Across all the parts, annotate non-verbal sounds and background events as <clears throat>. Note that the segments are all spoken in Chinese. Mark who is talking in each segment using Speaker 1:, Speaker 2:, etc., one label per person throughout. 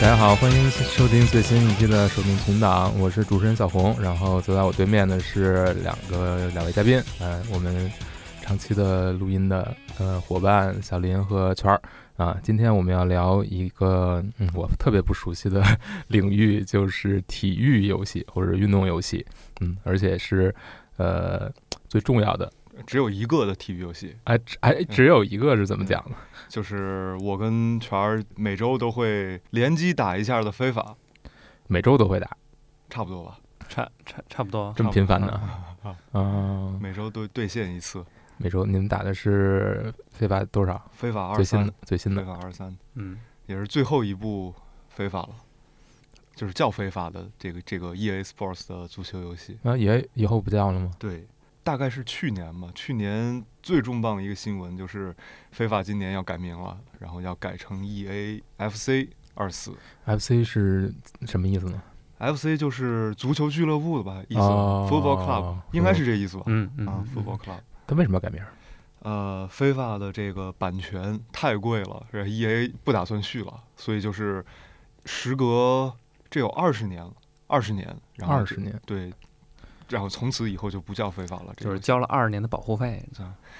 Speaker 1: 大家好，欢迎收听最新一期的手动存档，我是主持人小红。然后坐在我对面的是两个两位嘉宾，呃，我们长期的录音的呃伙伴小林和圈儿啊。今天我们要聊一个嗯我特别不熟悉的 <laughs> 领域，就是体育游戏或者运动游戏，嗯，而且是呃最重要的。
Speaker 2: 只有一个的体育游戏，
Speaker 1: 哎只哎，只有一个是怎么讲的？
Speaker 2: 就是我跟全儿每周都会联机打一下的非法，
Speaker 1: 每周都会打，
Speaker 2: 差不多吧，
Speaker 3: 差差差不多
Speaker 1: 这么频繁的
Speaker 2: 啊，
Speaker 1: 嗯。
Speaker 2: 每周都兑现一次
Speaker 1: 每周你们打的是非法多少？
Speaker 2: 非法
Speaker 1: 最
Speaker 2: 二
Speaker 1: 新
Speaker 2: 三
Speaker 1: 的，最新
Speaker 2: 非
Speaker 1: 的
Speaker 2: 法二三
Speaker 3: 嗯，
Speaker 2: 也是最后一部非法了，就是叫非法的这个这个 E A Sports 的足球游戏，
Speaker 1: 啊，也以后不叫了吗？
Speaker 2: 对，大概是去年吧，去年最重磅的一个新闻就是非法今年要改名了，然后要改成 E A F C 二四。
Speaker 1: FC 是什么意思呢？
Speaker 2: FC 就是足球俱乐部的吧，意思、
Speaker 1: 哦
Speaker 2: Football Club 应该是这意思吧？
Speaker 3: 嗯
Speaker 2: 啊
Speaker 3: 嗯
Speaker 2: ，Football Club。
Speaker 1: 他为什么要改名儿？
Speaker 2: 呃，FIFA 的这个版权太贵了，这 EA 不打算续了，所以就是时隔这有二十年了，二十年，然后
Speaker 1: 二
Speaker 2: 这
Speaker 1: 十年，
Speaker 2: 对，然后从此以后就不叫 FIFA 了，这
Speaker 3: 就是
Speaker 2: 个
Speaker 3: 交了二十年的保护费，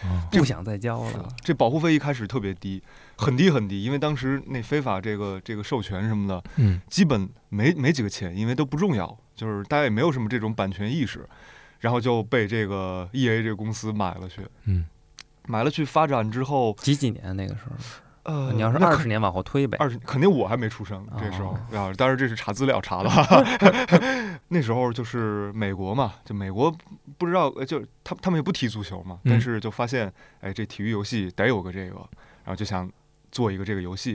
Speaker 1: 哦
Speaker 3: 不想再交
Speaker 2: 是的
Speaker 3: 了。
Speaker 2: 这保护费一开始特别低，很低很低，因为当时那非法这个这个授权什么的，
Speaker 1: 嗯，
Speaker 2: 基本没没几个钱，因为都不重要，就是大家也没有什么这种版权意识，然后就被这个 E A 这个公司买了去，
Speaker 1: 嗯，
Speaker 2: 买了去发展之后，
Speaker 3: 几几年那个时候？
Speaker 2: 呃，
Speaker 3: 你要是
Speaker 2: 那
Speaker 3: 二
Speaker 2: 肯
Speaker 3: 十年往后推呗，
Speaker 2: 二十，肯定我还没出生
Speaker 3: 哦
Speaker 2: 这时候 <laughs> 啊，当然这是查资料查的， <laughs> 那时候就是美国嘛，就美国不知道，呃就是他他们也不踢足球嘛，
Speaker 1: 嗯
Speaker 2: 但是就发现，哎，这体育游戏得有个这个，然后就想做一个这个游戏，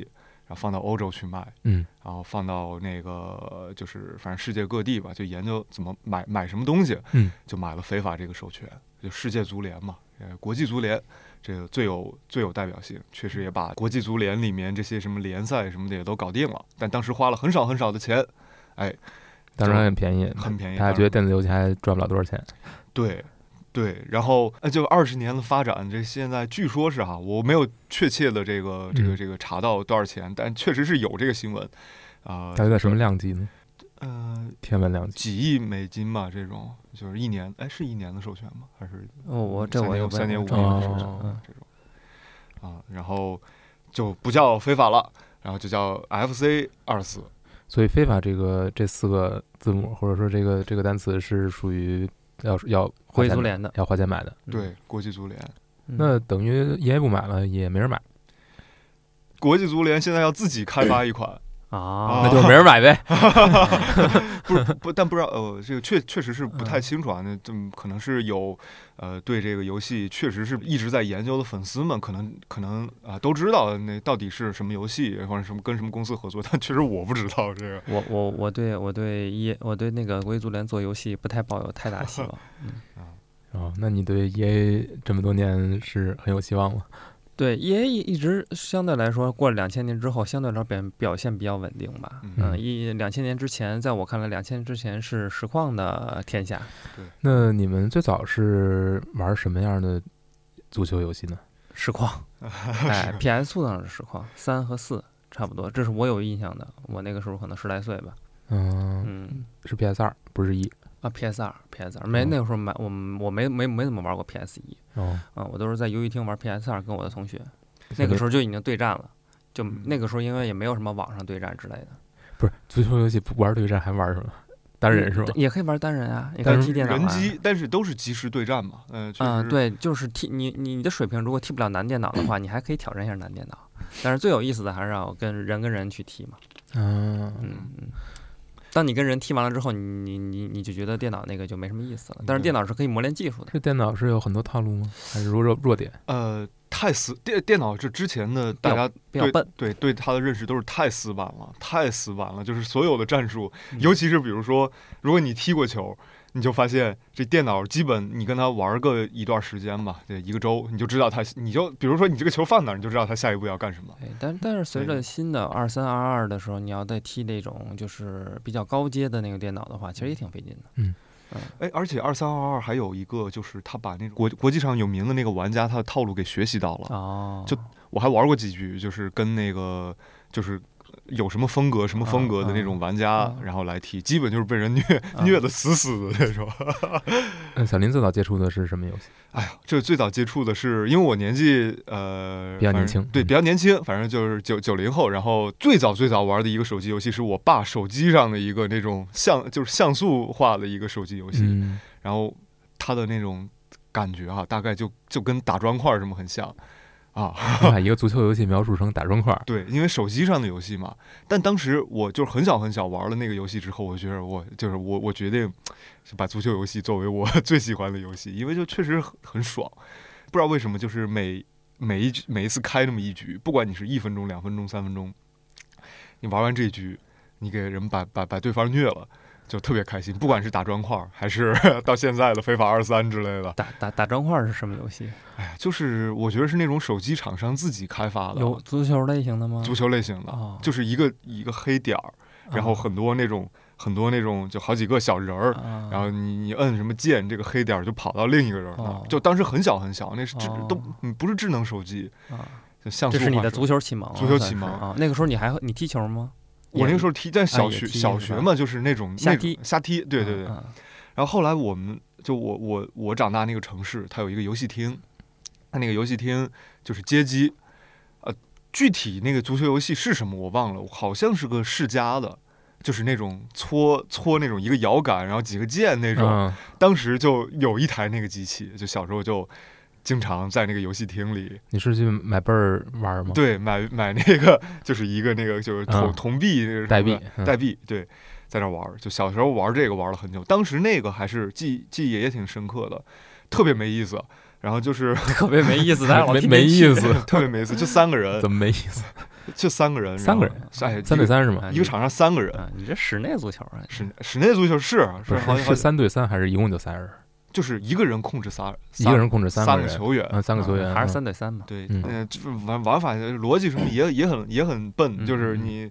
Speaker 2: 然后放到欧洲去卖，
Speaker 1: 嗯，
Speaker 2: 然后放到那个就是反正世界各地吧，就研究怎么买买什么东西，
Speaker 1: 嗯，
Speaker 2: 就买了非法这个授权，就世界足联嘛，呃，国际足联。这个最有最有代表性，确实也把国际足联里面这些什么联赛什么的也都搞定了，但当时花了很少很少的钱，哎，
Speaker 1: 当然很便宜，
Speaker 2: 很便宜。
Speaker 1: 大家觉得电子游戏还赚不了多少钱，
Speaker 2: 对对，然后呃就二十年的发展，这现在据说是哈、我没有确切的这个这
Speaker 1: 嗯
Speaker 2: 个这个查到多少钱，但确实是有这个新闻啊，
Speaker 1: 大约在什么量级呢？
Speaker 2: 呃
Speaker 1: 天文量级，
Speaker 2: 几亿美金吧，这种就是一年，哎，是一年的授权吗？还是
Speaker 3: 哦，我这
Speaker 2: 三
Speaker 3: 我
Speaker 2: 年
Speaker 3: 有
Speaker 2: 三年五
Speaker 1: 这
Speaker 2: 年
Speaker 1: 个
Speaker 2: 的
Speaker 1: 是
Speaker 2: 授权
Speaker 1: 哦
Speaker 2: 嗯这种啊，然后就不叫非法了，然后就叫 FC 二四。
Speaker 1: 所以非法这个这四个字母或者说这个这个单词是属于要要花
Speaker 3: 回
Speaker 1: 钱
Speaker 3: 足
Speaker 1: 买
Speaker 3: 联的。
Speaker 1: 要花钱买的，
Speaker 2: 对，国际足联，
Speaker 3: 嗯，
Speaker 1: 那等于 EA 不买了也没人买，
Speaker 2: 国际足联现在要自己开发一款，
Speaker 3: 啊，
Speaker 1: 那就是没人买呗。
Speaker 2: 不是不，但不知道呃，这个确确实是不
Speaker 3: 嗯
Speaker 2: 太清楚啊。那这么可能是有呃，对这个游戏确实是一直在研究的粉丝们，可能可能啊、都知道那到底是什么游戏或者什么跟什么公司合作，但确实我不知道这个。
Speaker 3: <laughs> 我我我对我对一我对那个国际足联做游戏不太抱有太大希
Speaker 2: <laughs>
Speaker 3: 望。
Speaker 1: 哦，那你对 EA 这么多年是很有希望吗？
Speaker 3: 对，E A 一直相对来说，过了两千年之后，相对来说表表现比较稳定吧。
Speaker 2: 嗯
Speaker 3: 嗯，一两千年之前，在我看来，两千年之前是实况的天下。
Speaker 1: 那你们最早是玩什么样的足球游戏呢？
Speaker 3: 实况，哎，PS 2上是实况，三和四差不多，这是我有印象的。我那个时候可能十来岁吧，
Speaker 1: 嗯，
Speaker 3: 嗯，
Speaker 1: 是 PS 二，不是一。
Speaker 3: 啊，PS 2 PS 2没、
Speaker 1: 哦
Speaker 3: 那个时候买我我没没没怎么玩过 PS 一
Speaker 1: 哦，
Speaker 3: 啊，我都是在游戏厅玩 PS 2跟我的同学，那
Speaker 1: 所
Speaker 3: 个
Speaker 1: 以
Speaker 3: 时候就已经对战了，就
Speaker 2: 嗯
Speaker 3: 那个时候因为也没有什么网上对战之类的，
Speaker 1: 不是足球游戏，不玩对战还玩什么？单人是吧？
Speaker 3: 也可以玩单人啊，也可
Speaker 1: 但
Speaker 3: 以
Speaker 1: 是
Speaker 3: 踢电脑、啊、
Speaker 2: 人机，但是都是即时对战嘛，嗯、呃，确实
Speaker 3: 嗯，，对，就是踢你你的水平，如果踢不了男电脑的话，你还可以挑战一下男电脑。但是最有意思的还是要跟人跟人去踢嘛。
Speaker 1: 嗯，
Speaker 3: 嗯，嗯，当你跟人踢完了之后，你你你你就觉得电脑那个就没什么意思了。但是
Speaker 2: 对
Speaker 3: 电脑是可以磨练技术的。
Speaker 1: 这电脑是有很多套路吗？还是说弱弱点？
Speaker 2: 呃，太死电电脑这之前的大家
Speaker 3: 比较
Speaker 2: 对
Speaker 3: 笨，
Speaker 2: 对对它的认识都是太死板了，太死板了，就是所有的战术，尤其是比如说，如果你踢过球，你就发现这电脑基本你跟它玩个一段时间吧，这一个周，你就知道它，你就比如说你这个球放哪儿，你就知道它下一步要干什么。
Speaker 3: 对，但但是随
Speaker 2: 对
Speaker 3: 着新的二三二二的时候，你要再踢那种就是比较高阶的那个电脑的话，其实也挺费劲的。
Speaker 2: 哎，而且二三二二还有一个就是他把那种国国际上有名的那个玩家他的啊套路给学习到了。
Speaker 3: 哦，
Speaker 2: 我还玩过几局，就是跟那个就是有什么风格、什么风格的那种玩家，
Speaker 3: 嗯嗯
Speaker 2: 然后来踢，基本就是被人虐、<laughs>
Speaker 3: 嗯
Speaker 2: 虐的死死的那种。 <laughs>
Speaker 1: 那小林最早接触的是什么游戏？
Speaker 2: 哎呀，这最早接触的是，因为我年纪呃
Speaker 1: 比较
Speaker 2: 反
Speaker 1: 年
Speaker 2: 正
Speaker 1: 轻
Speaker 2: 对，
Speaker 1: 嗯
Speaker 2: 比较年轻，反正就是九九零后。然后最早最早玩的一个手机游戏是我爸手机上的一个那种像就是像素化的一个手机游戏，
Speaker 1: 嗯，
Speaker 2: 然后它的那种感觉啊，大概就就跟打砖块儿什么很像啊。
Speaker 1: 你把一个足球游戏描述成打砖块儿，
Speaker 2: 对，因为手机上的游戏嘛。但当时我就是很小很小玩了那个游戏之后，我觉得我就是我，我决定是把足球游戏作为我 <laughs> 最喜欢的游戏，因为就确实很很爽。不知道为什么，就是每每一局每一次开那么一局，不管你是一分钟、两分钟、三分钟，你玩完这一局，你给人把把把对方虐了。就特别开心，不管是打砖块儿，还是 <laughs> 到现在的非法二三之类的，
Speaker 3: 打打打砖块是什么游戏？
Speaker 2: 哎呀，就是我觉得是那种手机厂商自己开发的
Speaker 3: 有足球类型的吗？
Speaker 2: 足球类型的，
Speaker 3: 啊，
Speaker 2: 就是一个一个黑点儿，然后
Speaker 3: 哦
Speaker 2: 很多那种、很多那种就好几个小人儿，
Speaker 3: 啊，
Speaker 2: 然后你你摁什么键，这个黑点儿就跑到另一个人那儿，
Speaker 3: 哦
Speaker 2: 就当时很小很小，那是智、
Speaker 3: 哦
Speaker 2: 都嗯不是智能手机，
Speaker 3: 啊
Speaker 2: 就像素
Speaker 3: 这
Speaker 2: 化
Speaker 3: 是你的
Speaker 2: 手
Speaker 3: 足球启蒙啊，
Speaker 2: 足球
Speaker 3: 算
Speaker 2: 启
Speaker 3: 是
Speaker 2: 蒙
Speaker 3: 啊。那个时候你还会你踢球吗？
Speaker 2: 我那个时
Speaker 3: 候
Speaker 2: 候踢在小
Speaker 3: 啊也
Speaker 2: 学、
Speaker 3: 踢
Speaker 2: 小
Speaker 3: 是
Speaker 2: 学
Speaker 3: 吧
Speaker 2: 嘛，就是那种
Speaker 3: 瞎
Speaker 2: 那种
Speaker 3: 踢
Speaker 2: 瞎踢，对对对。
Speaker 3: 啊
Speaker 2: 然后后来我们就我我我长大那个城市，它有一个游戏厅，它那个游戏厅就是街机，呃，具体那个足球游戏是什么我忘了，好像是个世嘉的，就是那种搓搓那种一个摇杆，然后几个键那种。
Speaker 1: 嗯，
Speaker 2: 当时就有一台那个机器，就小时候就。经常在那个游戏厅里，
Speaker 1: 你是去买贝儿玩儿吗？，
Speaker 2: 对，买买那个 <laughs> 就是一个那个就是铜、
Speaker 1: 嗯
Speaker 2: 铜币那个什么的
Speaker 1: 代币，嗯
Speaker 2: 代币，对，在那玩儿。就小时候玩这个玩了很久，当时那个还是记记忆也挺深刻的，特别没意思。然后就是 <laughs>
Speaker 3: <laughs> 特别没意思，但是我
Speaker 1: 没
Speaker 3: 天
Speaker 1: 没
Speaker 3: 天
Speaker 1: 意
Speaker 3: 去
Speaker 1: 思，
Speaker 2: 特别没意思，就三个人，
Speaker 1: 怎么没意思？
Speaker 2: 就三个人，
Speaker 1: 三个人哦
Speaker 2: 然后，哎，
Speaker 1: 三对三是吗？
Speaker 2: 一个，一个场上三个人。
Speaker 3: 啊，你这室内足球啊，
Speaker 2: 室室内足球是
Speaker 1: 不
Speaker 2: 是
Speaker 1: 是
Speaker 2: 好像好
Speaker 1: 是
Speaker 2: 像
Speaker 1: 三对三还是一共就仨人？
Speaker 2: 就是一个人控制仨，
Speaker 1: 一
Speaker 2: 仨
Speaker 1: 个人控制
Speaker 2: 三
Speaker 1: 个
Speaker 2: 个
Speaker 1: 人，
Speaker 2: 球员，
Speaker 1: 嗯，三个球员
Speaker 3: 啊还是
Speaker 1: 嗯
Speaker 3: 三对三嘛？
Speaker 2: 对，
Speaker 1: 嗯
Speaker 2: 呃，就是玩玩法逻辑什么也也很也很笨，
Speaker 1: 嗯
Speaker 2: 就是你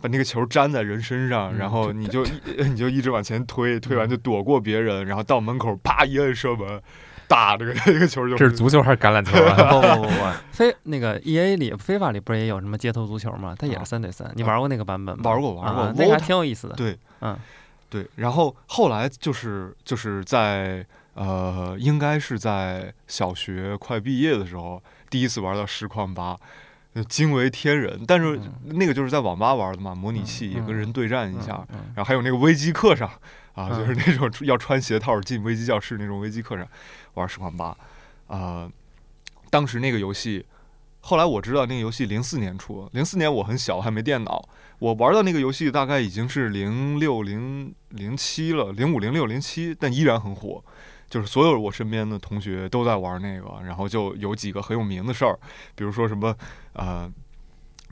Speaker 2: 把那个球粘在人身上，
Speaker 1: 嗯
Speaker 2: 然后
Speaker 1: 这
Speaker 2: 你就一 <laughs> 你就一直往前推，推完就躲过别人，然后到门口啪一摁射门，打这个 <laughs> 这个球就
Speaker 1: 这是足球还是橄榄球
Speaker 2: <laughs>
Speaker 1: 啊？
Speaker 3: 不不不不，非那个 E A 里非法里不是也有什么街头足球吗？它也
Speaker 2: 啊
Speaker 3: 是三对三，你玩过那个版本吗？
Speaker 2: 玩过玩过
Speaker 3: 啊
Speaker 2: 我
Speaker 3: 那个还挺有意思的。
Speaker 2: 对
Speaker 3: 嗯，
Speaker 2: 对。然后后来就是就是在呃，应该是在小学快毕业的时候，第一次玩到实况八。呃惊为天人，但是
Speaker 3: 嗯
Speaker 2: 那个就是在网吧玩的嘛，模拟器也
Speaker 3: 嗯
Speaker 2: 跟人对战一下，
Speaker 3: 嗯，
Speaker 2: 然后还有那个危机课上啊，
Speaker 3: 嗯
Speaker 2: 就是那种要穿鞋套进危机教室那种危机课上玩实况八，啊、当时那个游戏，后来我知道那个游戏零四年出，零四年我很小还没电脑，我玩到那个游戏大概已经是零六零零七了，零五零六零七，但依然很火。就是所有我身边的同学都在玩那个，然后就有几个很有名的事儿，比如说什么，呃，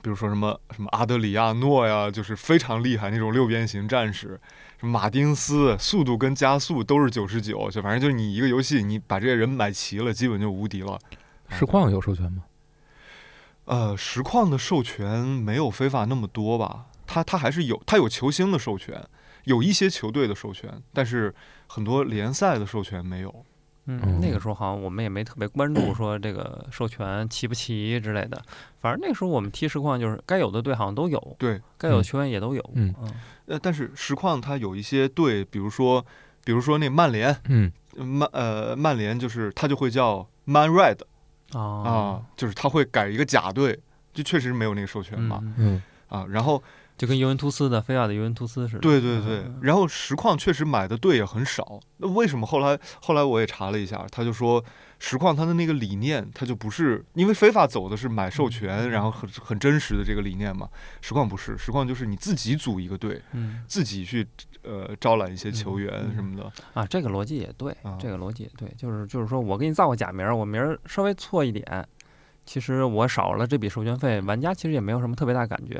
Speaker 2: 比如说什么什么阿德里亚诺呀，就是非常厉害那种六边形战士，什么马丁斯，速度跟加速都是九十九，就反正就是你一个游戏，你把这些人买齐了，基本就无敌了。
Speaker 1: 实况有授权吗？
Speaker 2: 呃，实况的授权没有非法那么多吧？它它还是有，它有球星的授权，有一些球队的授权，但是很多联赛的授权没有。
Speaker 3: 嗯，那个时候好像我们也没特别关注说这个授权齐不齐之类的，反正那时候我们踢实况就是该有的队好像都有，
Speaker 2: 对，
Speaker 3: 该
Speaker 1: 嗯
Speaker 3: 有的球员也都有。
Speaker 1: 嗯
Speaker 2: 呃，但是实况它有一些队，比如说比如说那曼联，
Speaker 1: 嗯，
Speaker 2: 曼呃曼联就是它就会叫 Man Red 啊、
Speaker 3: 啊
Speaker 2: 就是它会改一个假队，就确实没有那个授权嘛、
Speaker 3: 嗯，
Speaker 1: 嗯，
Speaker 2: 啊。然后
Speaker 3: 就跟尤文图斯的菲亚的尤文图斯似的。
Speaker 2: 对对对
Speaker 3: 嗯，
Speaker 2: 然后实况确实买的队也很少。那为什么后来后来我也查了一下，他就说实况他的那个理念，他就不是因为非法走的是买授
Speaker 3: 嗯
Speaker 2: 权，然后很很真实的这个理念嘛。实况不是，实况就是你自己组一个队，
Speaker 3: 嗯
Speaker 2: 自己去呃招揽一些球员
Speaker 3: 嗯
Speaker 2: 什么的。
Speaker 3: 啊，这个逻辑也对
Speaker 2: 啊，
Speaker 3: 这个逻辑也对，就是就是说我给你造个假名儿，我名儿稍微错一点。其实我少了这笔授权费，玩家其实也没有什么特别大感觉。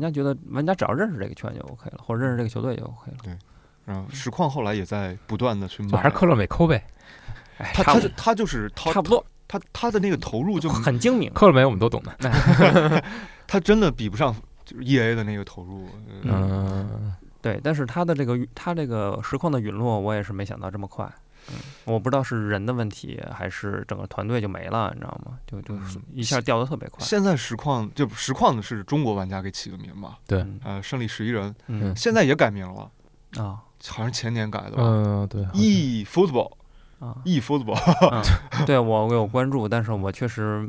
Speaker 2: 嗯，
Speaker 3: 家觉得，玩家只要认识这个圈就 OK 了，或者认识这个球队就 OK 了。
Speaker 2: 然后实况后来也在不断的去
Speaker 1: 就
Speaker 2: 买，
Speaker 1: 还是科乐美抠呗。
Speaker 3: 哎，
Speaker 2: 他
Speaker 3: 差
Speaker 2: 他
Speaker 3: 不
Speaker 2: 就
Speaker 3: 多
Speaker 2: 他就是他
Speaker 3: 差不多，
Speaker 2: 他他的那个投入就
Speaker 3: 很精明。哎
Speaker 1: 科乐美我们都懂的。
Speaker 2: <laughs> 他真的比不上就是 E A 的那个投入。呃
Speaker 1: 嗯，
Speaker 3: 对，但是他的这个他这个实况的陨落，我也是没想到这么快。嗯我不知道是人的问题还是整个团队就没了，你知道吗？就就
Speaker 2: 嗯
Speaker 3: 一下掉的特别快。
Speaker 2: 现在实况就实况是中国玩家给起的名吧？
Speaker 1: 对
Speaker 3: 嗯
Speaker 2: 呃，胜利十一人，
Speaker 3: 嗯
Speaker 2: 现在也改名了，嗯
Speaker 3: 啊
Speaker 2: 好像前年改的吧。
Speaker 1: 嗯，对，好像
Speaker 2: e football
Speaker 3: 啊
Speaker 2: e football， <laughs>
Speaker 3: 嗯对我我有关注，但是我确实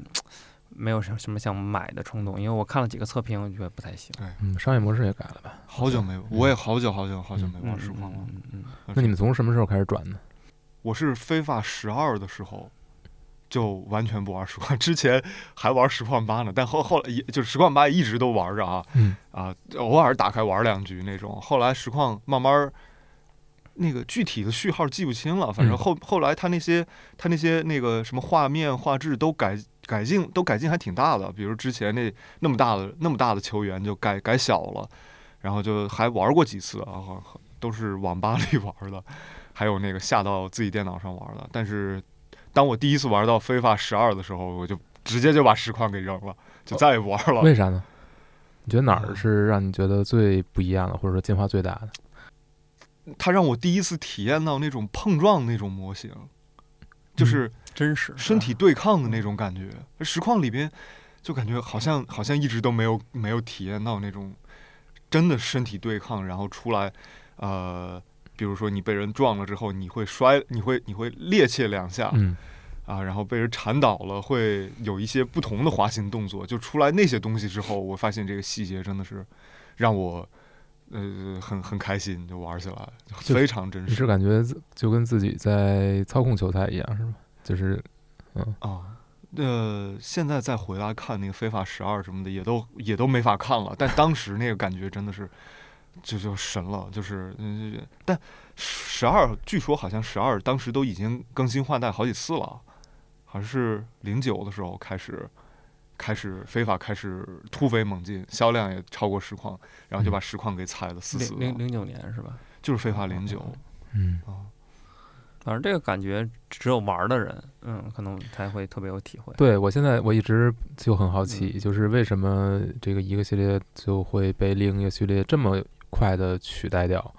Speaker 3: 没有什什么想买的冲动，因为我看了几个测评，我觉得不太行。
Speaker 1: 嗯，商业模式也改了吧？
Speaker 2: 好久没，我也好久好久好久没玩实况了。
Speaker 3: 嗯嗯嗯
Speaker 1: 那你们从什么时候开始转的？
Speaker 2: 我是非法十二的时候就完全不玩实况，之前还玩实况八呢，但后后来也就是实况八一直都玩着啊
Speaker 1: 嗯
Speaker 2: 啊，偶尔打开玩两局那种。后来实况慢慢儿那个具体的序号记不清了，反正
Speaker 1: 嗯
Speaker 2: 后后来他那些他那些那个什么画面画质都改。改进都改进还挺大的，比如之前那那么大的那么大的球员就改改小了，然后就还玩过几次啊，好都是网吧 <laughs> 里玩的，还有那个下到自己电脑上玩的。但是当我第一次玩到《非法十二》的时候，我就直接就把实况给扔了，就再也不玩了。
Speaker 1: 为啥呢？你觉得哪儿是让你觉得最不一样的，或者说进化最大的？
Speaker 2: 它让我第一次体验到那种碰撞那种模型，
Speaker 1: 嗯
Speaker 2: 就是
Speaker 3: 真实
Speaker 2: 身体对抗的那种感觉。
Speaker 1: 嗯
Speaker 2: 实况里边就感觉好像好像一直都没有没有体验到那种真的身体对抗，然后出来呃。比如说你被人撞了之后，你会摔，你会你会趔趄两下，
Speaker 1: 嗯，
Speaker 2: 啊，然后被人缠倒了，会有一些不同的滑行动作。就出来那些东西之后，我发现这个细节真的是让我呃很很开心，就玩起来就
Speaker 1: 就
Speaker 2: 非常真
Speaker 1: 你
Speaker 2: 实
Speaker 1: 是感觉自就跟自己在操控球赛一样，是吗？就是，嗯，
Speaker 2: 啊。呃，现在再回来看那个《非法十二》什么的，也都也都没法看了。但当时那个感觉真的是就就神了，就是嗯，但十二据说好像十二当时都已经更新换代好几次了，好像是零九的时候开始开始非法开始突飞猛进，销量也超过实况，然后就把实况给踩的死死
Speaker 3: 嗯零零哦
Speaker 2: 的，
Speaker 3: 零九年是吧？
Speaker 2: 就是非法零九
Speaker 1: 嗯，
Speaker 3: 哦
Speaker 2: 啊。
Speaker 3: 反正这个感觉只有玩儿的人，嗯，可能才会特别有体会。
Speaker 1: 对我现在我一直就很好奇，就是为什么这个一个系列就会被另一个系列这么快的取代掉？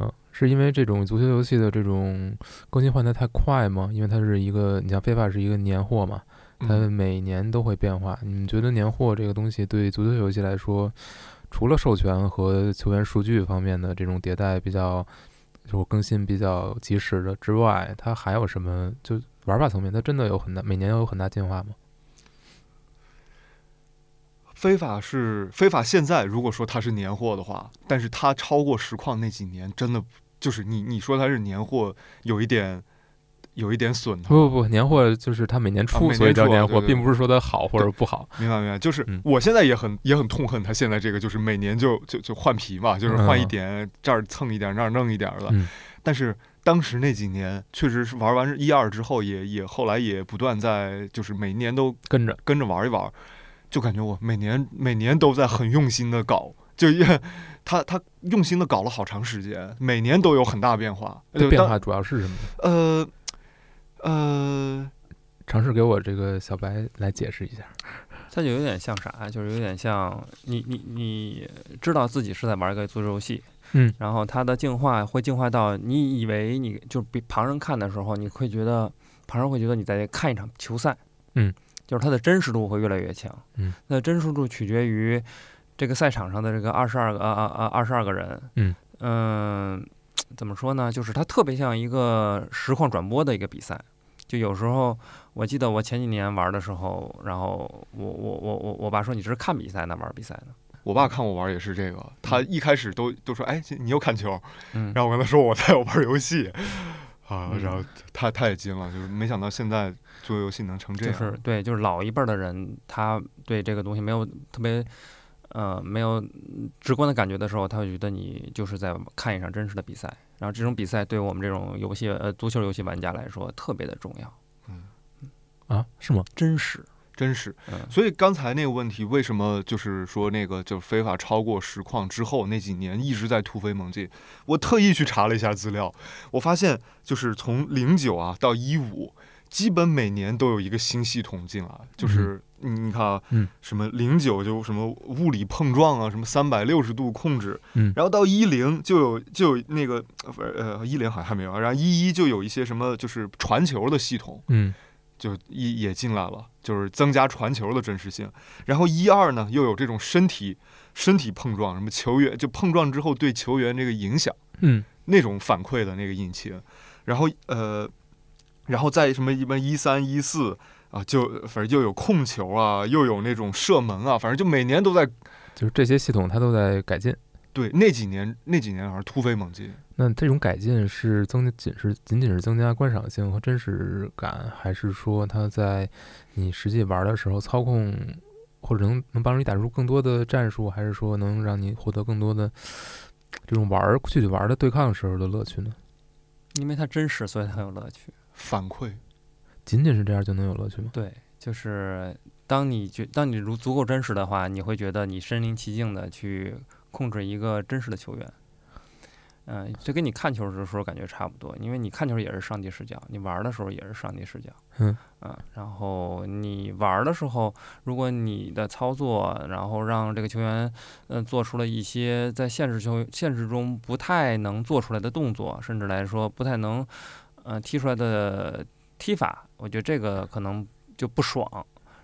Speaker 1: 嗯，是因为这种足球游戏的这种更新换代太快吗？因为它是一个，你像 FIFA 是一个年货嘛，它
Speaker 2: 嗯
Speaker 1: 每年都会变化。你们觉得年货这个东西对足球游戏来说，除了授权和球员数据方面的这种迭代比较，就是更新比较及时的之外，它还有什么？就玩法层面，它真的有很大，每年有很大进化吗？
Speaker 2: 非法是非法，现在如果说它是年货的话，但是它超过实况那几年，真的就是你你说它是年货，有一点有一点损它。
Speaker 1: 不不不，年货就是它每年
Speaker 2: 啊每
Speaker 1: 出，
Speaker 2: 年
Speaker 1: 所以叫
Speaker 2: 出啊
Speaker 1: 年
Speaker 2: 对
Speaker 1: 货，
Speaker 2: 对
Speaker 1: 并不是说它好或者不好。
Speaker 2: 明白明白，就是
Speaker 1: 嗯
Speaker 2: 我现在也很也很痛恨它现在这个，就是每年就就就换皮嘛，就是换一
Speaker 1: 嗯
Speaker 2: 点这儿蹭一点，那儿弄一点的。
Speaker 1: 嗯
Speaker 2: 但是当时那几年确实是玩完一二之后也，也后来也不断在就是每年都
Speaker 1: 跟着，
Speaker 2: 跟着玩一玩，就感觉我每年每年都在很用心的搞，就也他他用心的搞了好长时间，每年都有很大变化。
Speaker 1: 它
Speaker 2: 就
Speaker 1: 变
Speaker 2: 当
Speaker 1: 化主要是什么？
Speaker 2: 呃呃，
Speaker 1: 尝试给我这个小白来解释一下。
Speaker 3: 它就有点像啥，啊就是有点像你你你知道自己是在玩一个足球游戏，
Speaker 1: 嗯，
Speaker 3: 然后它的进化会进化到你以为你就比旁人看的时候，你会觉得旁人会觉得你在看一场球赛，
Speaker 1: 嗯，
Speaker 3: 就是它的真实度会越来越强，
Speaker 1: 嗯，
Speaker 3: 那真实度取决于这个赛场上的这个二十二个啊啊啊二十二个人，
Speaker 1: 嗯
Speaker 3: 嗯怎么说呢？就是它特别像一个实况转播的一个比赛，就有时候。我记得我前几年玩的时候，然后我我我我我爸说你这是看比赛呢，玩比赛呢。
Speaker 2: 我爸看我玩也是这个，他一开始都都说哎你又看球，
Speaker 3: 嗯，
Speaker 2: 然后我跟他说我在玩游戏。啊，
Speaker 3: 嗯
Speaker 2: 然后他他也惊了，就是没想到现在做游戏能成这
Speaker 3: 就
Speaker 2: 样。
Speaker 3: 是对，就是老一辈儿的人，他对这个东西没有特别呃没有嗯直观的感觉的时候，他会觉得你就是在看一场真实的比赛。然后这种比赛对我们这种游戏呃足球游戏玩家来说特别的重要，
Speaker 1: 啊，是吗？
Speaker 3: 真实。
Speaker 2: 真是
Speaker 3: 嗯。
Speaker 2: 所以刚才那个问题，为什么就是说那个就是非法超过实况之后那几年一直在突飞猛进？我特意去查了一下资料，我发现就是从零九啊到一五基本每年都有一个新系统进来，就是你你看啊，
Speaker 1: 嗯
Speaker 2: 什么零九就什么物理碰撞啊，什么三百六十度控制，
Speaker 1: 嗯
Speaker 2: 然后到一零就有就有那个呃不是呃一零好像还没有啊，然后一一就有一些什么就是传球的系统，
Speaker 1: 嗯
Speaker 2: 就一也进来了，就是增加传球的真实性。然后一二呢又有这种身体身体碰撞，什么球员就碰撞之后对球员这个影响。
Speaker 1: 嗯
Speaker 2: 那种反馈的那个引擎，然后呃，然后再什么一般一三一四啊，就反正又有控球啊，又有那种射门啊，反正就每年都在
Speaker 1: 就是这些系统它都在改进。
Speaker 2: 对那几年那几年好像突飞猛进，
Speaker 1: 那这种改进是增加仅是仅仅是增加观赏性和真实感，还是说它在你实际玩的时候操控，或者能能帮助你打出更多的战术，还是说能让你获得更多的这种玩儿具体玩儿的对抗时候的乐趣呢？
Speaker 3: 因为它真实，所以它有乐趣。
Speaker 2: 反馈
Speaker 1: 仅仅是这样就能有乐趣吗？
Speaker 3: 对，就是当你觉当你如足够真实的话，你会觉得你身临其境的去控制一个真实的球员。嗯、这跟你看球的时候感觉差不多，因为你看球也是上帝视角，你玩的时候也是上帝视角。
Speaker 1: 嗯
Speaker 3: 啊，然后你玩的时候，如果你的操作，然后让这个球员，嗯、做出了一些在现实球现实中不太能做出来的动作，甚至来说不太能，呃，踢出来的踢法，我觉得这个可能就不爽。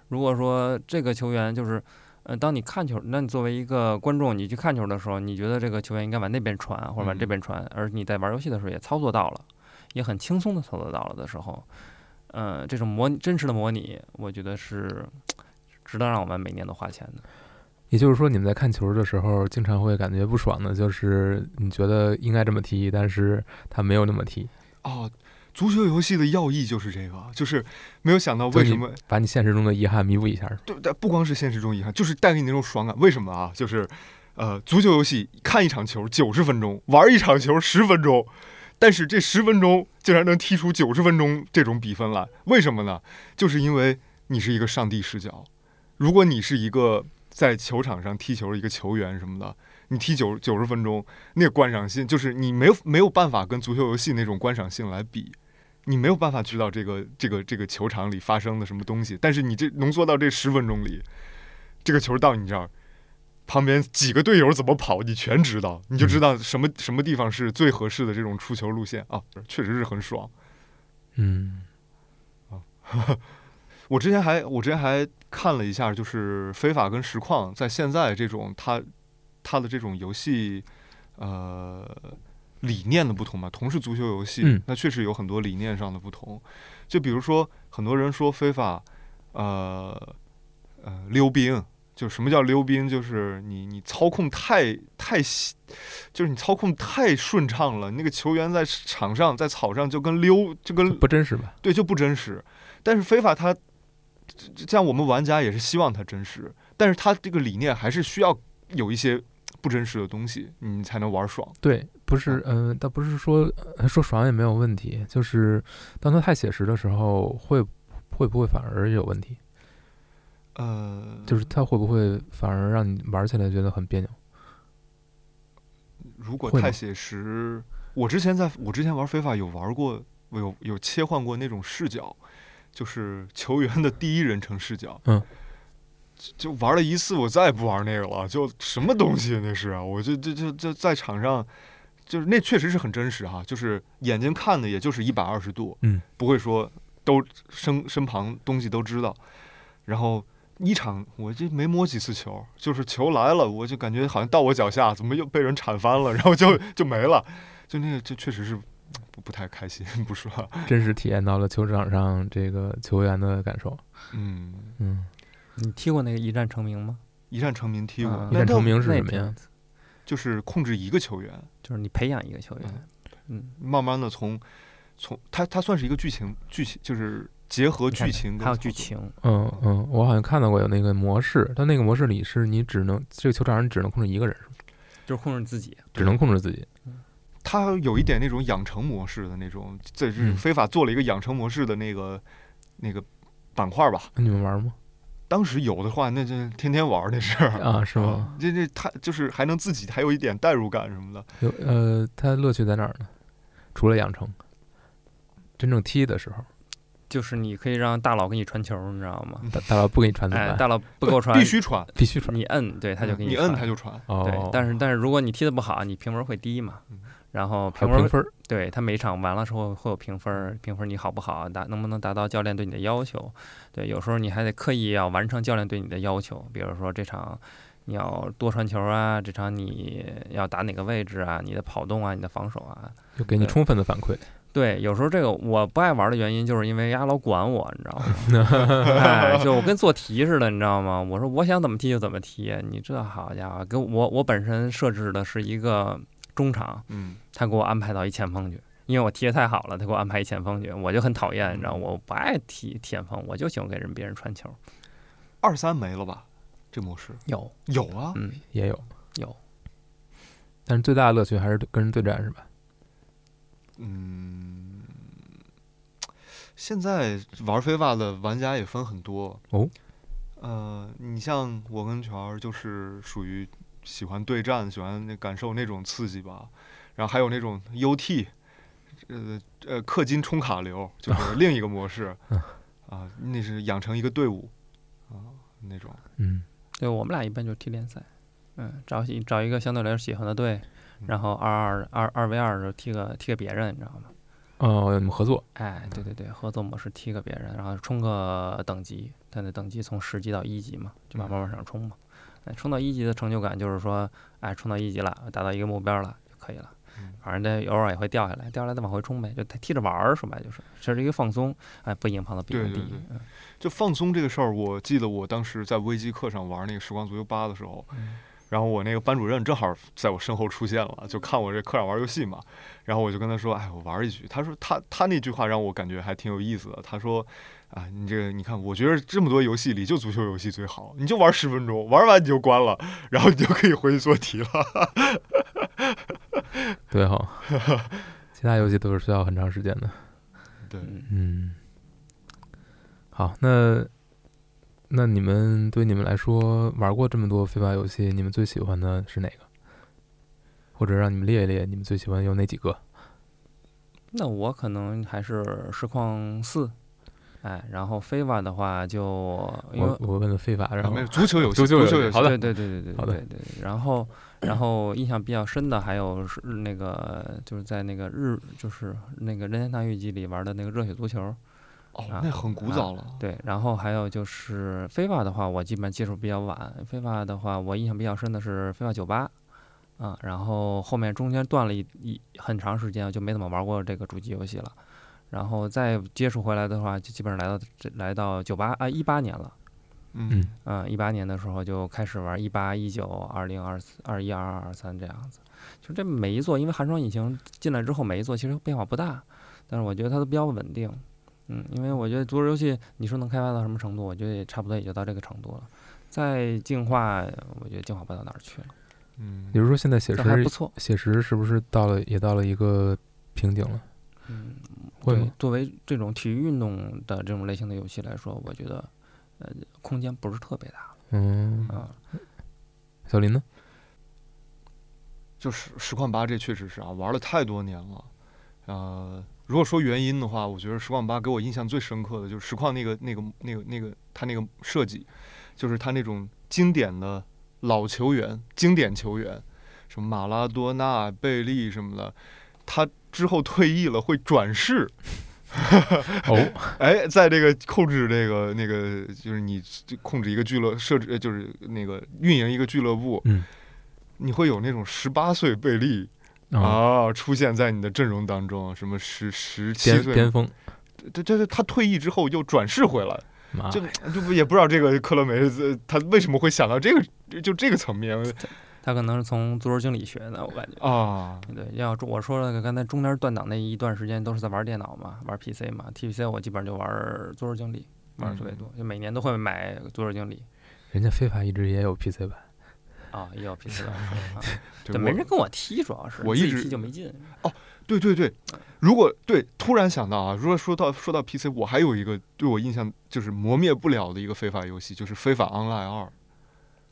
Speaker 3: 如果说这个球员就是，呃，当你看球，那你作为一个观众，你去看球的时候，你觉得这个球员应该往那边传或者往这
Speaker 2: 嗯
Speaker 3: 边传，而你在玩游戏的时候也操作到了，也很轻松的操作到了的时候，呃，这种模拟真实的模拟，我觉得是值得让我们每年都花钱的。
Speaker 1: 也就是说，你们在看球的时候，经常会感觉不爽的，就是你觉得应该这么踢，但是他没有那么踢，
Speaker 2: 啊。足球游戏的要义就是这个，就是没有想到
Speaker 1: 就
Speaker 2: 为
Speaker 1: 你
Speaker 2: 什么
Speaker 1: 把你现实中的遗憾弥补一下。
Speaker 2: 对，但不光是现实中遗憾，就是带给你那种爽感。为什么啊？就是，呃，足球游戏看一场球九十分钟，玩一场球十分钟，但是这十分钟竟然能踢出九十分钟这种比分来，为什么呢？就是因为你是一个上帝视角。如果你是一个在球场上踢球的一个球员什么的，你踢九九十分钟，那个观赏性就是你没有没有办法跟足球游戏那种观赏性来比。你没有办法知道这个这个这个球场里发生的什么东西，但是你这浓缩到这十分钟里，这个球到你这儿，旁边几个队友怎么跑，你全知道，你就知道什么、什么地方是最合适的这种出球路线啊，确实是很爽。
Speaker 1: 嗯
Speaker 2: 我之前还我之前还看了一下，就是非法跟实况在现在这种它它的这种游戏呃理念的不同嘛，同是足球游戏，
Speaker 1: 嗯
Speaker 2: 那确实有很多理念上的不同。就比如说，很多人说非法呃呃溜冰，就什么叫溜冰？就是你你操控太太细，就是你操控太顺畅了，那个球员在场上在草上就跟溜就跟
Speaker 1: 不真实吧？
Speaker 2: 对，就不真实。但是非法它，这像我们玩家也是希望它真实，但是它这个理念还是需要有一些不真实的东西，你才能玩爽。
Speaker 1: 对，不是，嗯、倒不是说呃说爽也没有问题，就是当它太写实的时候，会会不会反而有问题？
Speaker 2: 呃，
Speaker 1: 就是它会不会反而让你玩起来觉得很别扭？
Speaker 2: 如果
Speaker 1: 会
Speaker 2: 太
Speaker 1: 吗
Speaker 2: 写实，我之前在我之前玩非法有玩过，有有切换过那种视角，就是球员的第一人称视角。
Speaker 1: 嗯
Speaker 2: 就。就玩了一次，我再也不玩那个了。就什么东西那是啊！我就就就就在场上，就是那确实是很真实哈，就是眼睛看的也就是一百二十度，
Speaker 1: 嗯，
Speaker 2: 不会说都身身旁东西都知道。然后一场我这没摸几次球，就是球来了，我就感觉好像到我脚下，怎么又被人铲翻了，然后就就没了，就那个就确实是不不太开心，不说，
Speaker 1: 真实体验到了球场上这个球员的感受。
Speaker 2: 嗯，
Speaker 1: 嗯，
Speaker 3: 你踢过那个一战成名吗？
Speaker 2: 一战成名踢过，
Speaker 3: 啊
Speaker 1: 一
Speaker 2: 那
Speaker 1: 战
Speaker 2: 那
Speaker 1: 成名是
Speaker 3: 那
Speaker 1: 什么
Speaker 3: 挺
Speaker 1: 样子？
Speaker 2: 就是控制一个球员，
Speaker 3: 就是你培养一个球员
Speaker 2: 嗯，
Speaker 3: 嗯，
Speaker 2: 慢慢的从从他他算是一个剧情剧情，就是结合
Speaker 3: 你看
Speaker 2: 剧情跟
Speaker 3: 还有
Speaker 2: 操
Speaker 3: 剧
Speaker 2: 作，
Speaker 3: 情，
Speaker 1: 嗯嗯，我好像看到过有那个模式，但那个模式里是你只能这个球场上你只能控制一个人，是吗
Speaker 3: 就是控制自己。
Speaker 1: 只能控制自己。
Speaker 2: 他有一点那种养成模式的那种，这是
Speaker 1: 嗯
Speaker 2: 非法做了一个养成模式的那个那个板块吧。
Speaker 1: 那你们玩吗？
Speaker 2: 当时有的话，那就天天玩儿那是
Speaker 1: 啊，是吗？
Speaker 2: 这这他就是还能自己还有一点代入感什么的。
Speaker 1: 有呃，它乐趣在哪儿呢？除了养成，真正踢的时候，
Speaker 3: 就是你可以让大佬给你传球，你知道吗？
Speaker 1: 大大佬不给你传怎么
Speaker 3: 哎，
Speaker 1: 办？
Speaker 3: 大佬不够传，
Speaker 2: 必须传，
Speaker 1: 必须传。
Speaker 3: 你摁，对，他就
Speaker 2: 嗯
Speaker 3: 给
Speaker 2: 你
Speaker 3: 传
Speaker 2: 摁他就传，
Speaker 1: 哦
Speaker 3: 对，，但是但是如果你踢得不好，你评分会低嘛
Speaker 2: 嗯。
Speaker 3: 然后
Speaker 1: 还
Speaker 3: 评
Speaker 1: 有
Speaker 3: 分
Speaker 1: 评分儿
Speaker 3: 对他每场完了之后会有评分儿，评分儿你好不好，达能不能达到教练对你的要求？对，有时候你还得刻意要完成教练对你的要求，比如说这场你要多传球啊，这场你要打哪个位置啊，你的跑动啊，你的防守啊。
Speaker 1: 就给你
Speaker 3: 对
Speaker 1: 充分的反馈。
Speaker 3: 对，有时候这个我不爱玩的原因，就是因为丫老管我，你知道吗？哎，就我跟做题似的，你知道吗？我说我想怎么踢就怎么踢，你这好家伙，给我我本身设置的是一个中场，
Speaker 2: 嗯，
Speaker 3: 他给我安排到一前锋去，因为我踢得太好了，他给我安排一前锋去，我就很讨厌，你知道，我不爱踢前锋，我就喜欢给人别人传球。
Speaker 2: 二三没了吧？这模式
Speaker 3: 有，
Speaker 2: 有啊，
Speaker 3: 嗯，
Speaker 1: 也有
Speaker 3: 有，
Speaker 1: 但是最大的乐趣还是跟人对战，是吧？
Speaker 2: 嗯，现在玩 FIFA 的玩家也分很多
Speaker 1: 哦。
Speaker 2: 呃，你像我跟全儿就是属于喜欢对战，喜欢那感受那种刺激吧。然后还有那种 UT，呃呃氪金充卡流，就是
Speaker 3: <laughs>
Speaker 2: 另一个模式
Speaker 1: 嗯
Speaker 2: 啊、那是养成一个队伍啊、那种。
Speaker 1: 嗯，
Speaker 3: 对我们俩一般就踢联赛，嗯，找一找一个相对来说喜欢的队，然后二二二二 v 二就踢个踢个别人，你知道吗？
Speaker 1: 哦，你们合作，
Speaker 3: 哎，对对对，合作模式踢个别人，然后冲个等级，他的等级从十级到一级嘛，就
Speaker 2: 嗯
Speaker 3: 慢慢往上冲嘛。哎，冲到一级的成就感就是说，哎，冲到一级了，达到一个目标了就可以了
Speaker 2: 嗯。
Speaker 3: 反正这偶尔也会掉下来，掉下来再往回冲呗，就他踢着玩儿，说白了就是，这是一个放松，哎，不影响到别人
Speaker 2: 对对
Speaker 3: 利益。
Speaker 2: 对
Speaker 3: 嗯
Speaker 2: 就放松这个事儿，我记得我当时在微机课上玩那个《时光足球八》的时候，
Speaker 3: 嗯
Speaker 2: 然后我那个班主任正好在我身后出现了，就看我这课上玩游戏嘛，然后我就跟他说：“哎，我玩一局。”他说他他那句话让我感觉还挺有意思的。他说：“啊，你这个你看，我觉得这么多游戏里就足球游戏最好，你就玩十分钟，玩完你就关了，然后你就可以回去做题了。
Speaker 1: 对哈、
Speaker 3: <laughs>
Speaker 1: 其他游戏都是需要很长时间的。”
Speaker 2: <laughs> 对，
Speaker 3: 嗯，
Speaker 1: 嗯，好，那那你们对你们来说玩过这么多非法游戏，你们最喜欢的是哪个？或者让你们列一列，你们最喜欢有哪几个？
Speaker 3: 那我可能还是实况四，哎，然后 FIVA 的话就因为
Speaker 1: 我我问了非法，然
Speaker 2: 啊
Speaker 1: 后
Speaker 2: 没有足球游戏，
Speaker 1: 足球游戏
Speaker 2: 游戏
Speaker 1: 好的
Speaker 3: 对对对对对，
Speaker 1: 好的
Speaker 3: 对对。然后，然后印象比较深的还有是那个，就是在那个日，就是那个《任天堂御记》里玩的那个热血足球，
Speaker 2: 哦
Speaker 3: 啊，
Speaker 2: 那很古早了。
Speaker 3: 对。然后还有就是非法的话，我基本接触比较晚。非法的话，我印象比较深的是非法酒吧，啊，然后后面中间断了一一很长时间，就没怎么玩过这个主机游戏了。然后再接触回来的话，就基本上来到这来到九八啊一八年了。
Speaker 2: 嗯
Speaker 1: 嗯，
Speaker 3: 嗯，一八年的时候就开始玩一八、一九、二零、二四、二一、二二、二三这样子。就这每一座，因为寒霜引擎进来之后，每一座其实变化不大，但是我觉得它都比较稳定。嗯，因为我觉得足球游戏，你说能开发到什么程度，我觉得也差不多也就到这个程度了。再进化，我觉得进化不到哪儿去了，
Speaker 2: 嗯
Speaker 1: 比，如说现在写
Speaker 3: 但还
Speaker 1: 实
Speaker 3: 不，错。
Speaker 1: 写实是不是到了也到了一个瓶颈了？
Speaker 3: 嗯，
Speaker 1: 会
Speaker 3: 对
Speaker 1: 吗？
Speaker 3: 作为这种体育运动的这种类型的游戏来说，我觉得，呃，空间不是特别大
Speaker 1: 嗯，
Speaker 3: 啊。
Speaker 1: 小林呢？
Speaker 2: 就是实况八这确实是啊，玩了太多年了。呃，如果说原因的话，我觉得实况八给我印象最深刻的就是实况那个那个那个那个它那个设计，就是它那种经典的老球员、经典球员，什么马拉多纳、贝利什么的，他之后退役了会转世， <laughs>
Speaker 1: 哦，
Speaker 2: 哎，在这个控制这个那个，就是你控制一个俱乐设置，呃就是那个运营一个俱乐部，
Speaker 1: <laughs> 嗯
Speaker 2: 你会有那种十八岁贝利。
Speaker 1: 啊，
Speaker 2: 啊，出现在你的阵容当中，什么十十七
Speaker 1: 巅
Speaker 2: 岁，
Speaker 1: 巅峰，
Speaker 2: 对对对，他退役之后又转世回来，
Speaker 1: 妈
Speaker 2: 就就不也不知道这个克罗梅呃他为什么会想到这个就这个层面
Speaker 3: 他可能是从足球经理学的，我感觉。
Speaker 2: 啊，
Speaker 3: 对，要中我说了，刚才中间断档那一段时间都是在玩电脑嘛，玩 PC 嘛，TPC 我基本上就玩足球经理，玩的特别
Speaker 2: 嗯
Speaker 3: 多，就每年都会买足球经理
Speaker 1: 人家非法一直也有 PC 版，
Speaker 3: 啊，也有 PC 玩啊，
Speaker 2: 对
Speaker 3: 对，没
Speaker 2: 我
Speaker 3: 人跟我踢，主要是
Speaker 2: 我
Speaker 3: 自
Speaker 2: 一
Speaker 3: 己
Speaker 2: 直
Speaker 3: 踢就没劲。
Speaker 2: 对对对，如果对突然想到啊，如果说到说到 PC，我还有一个对我印象就是磨灭不了的一个非法游戏，就是《非法 Online 二》。哦
Speaker 1: 哦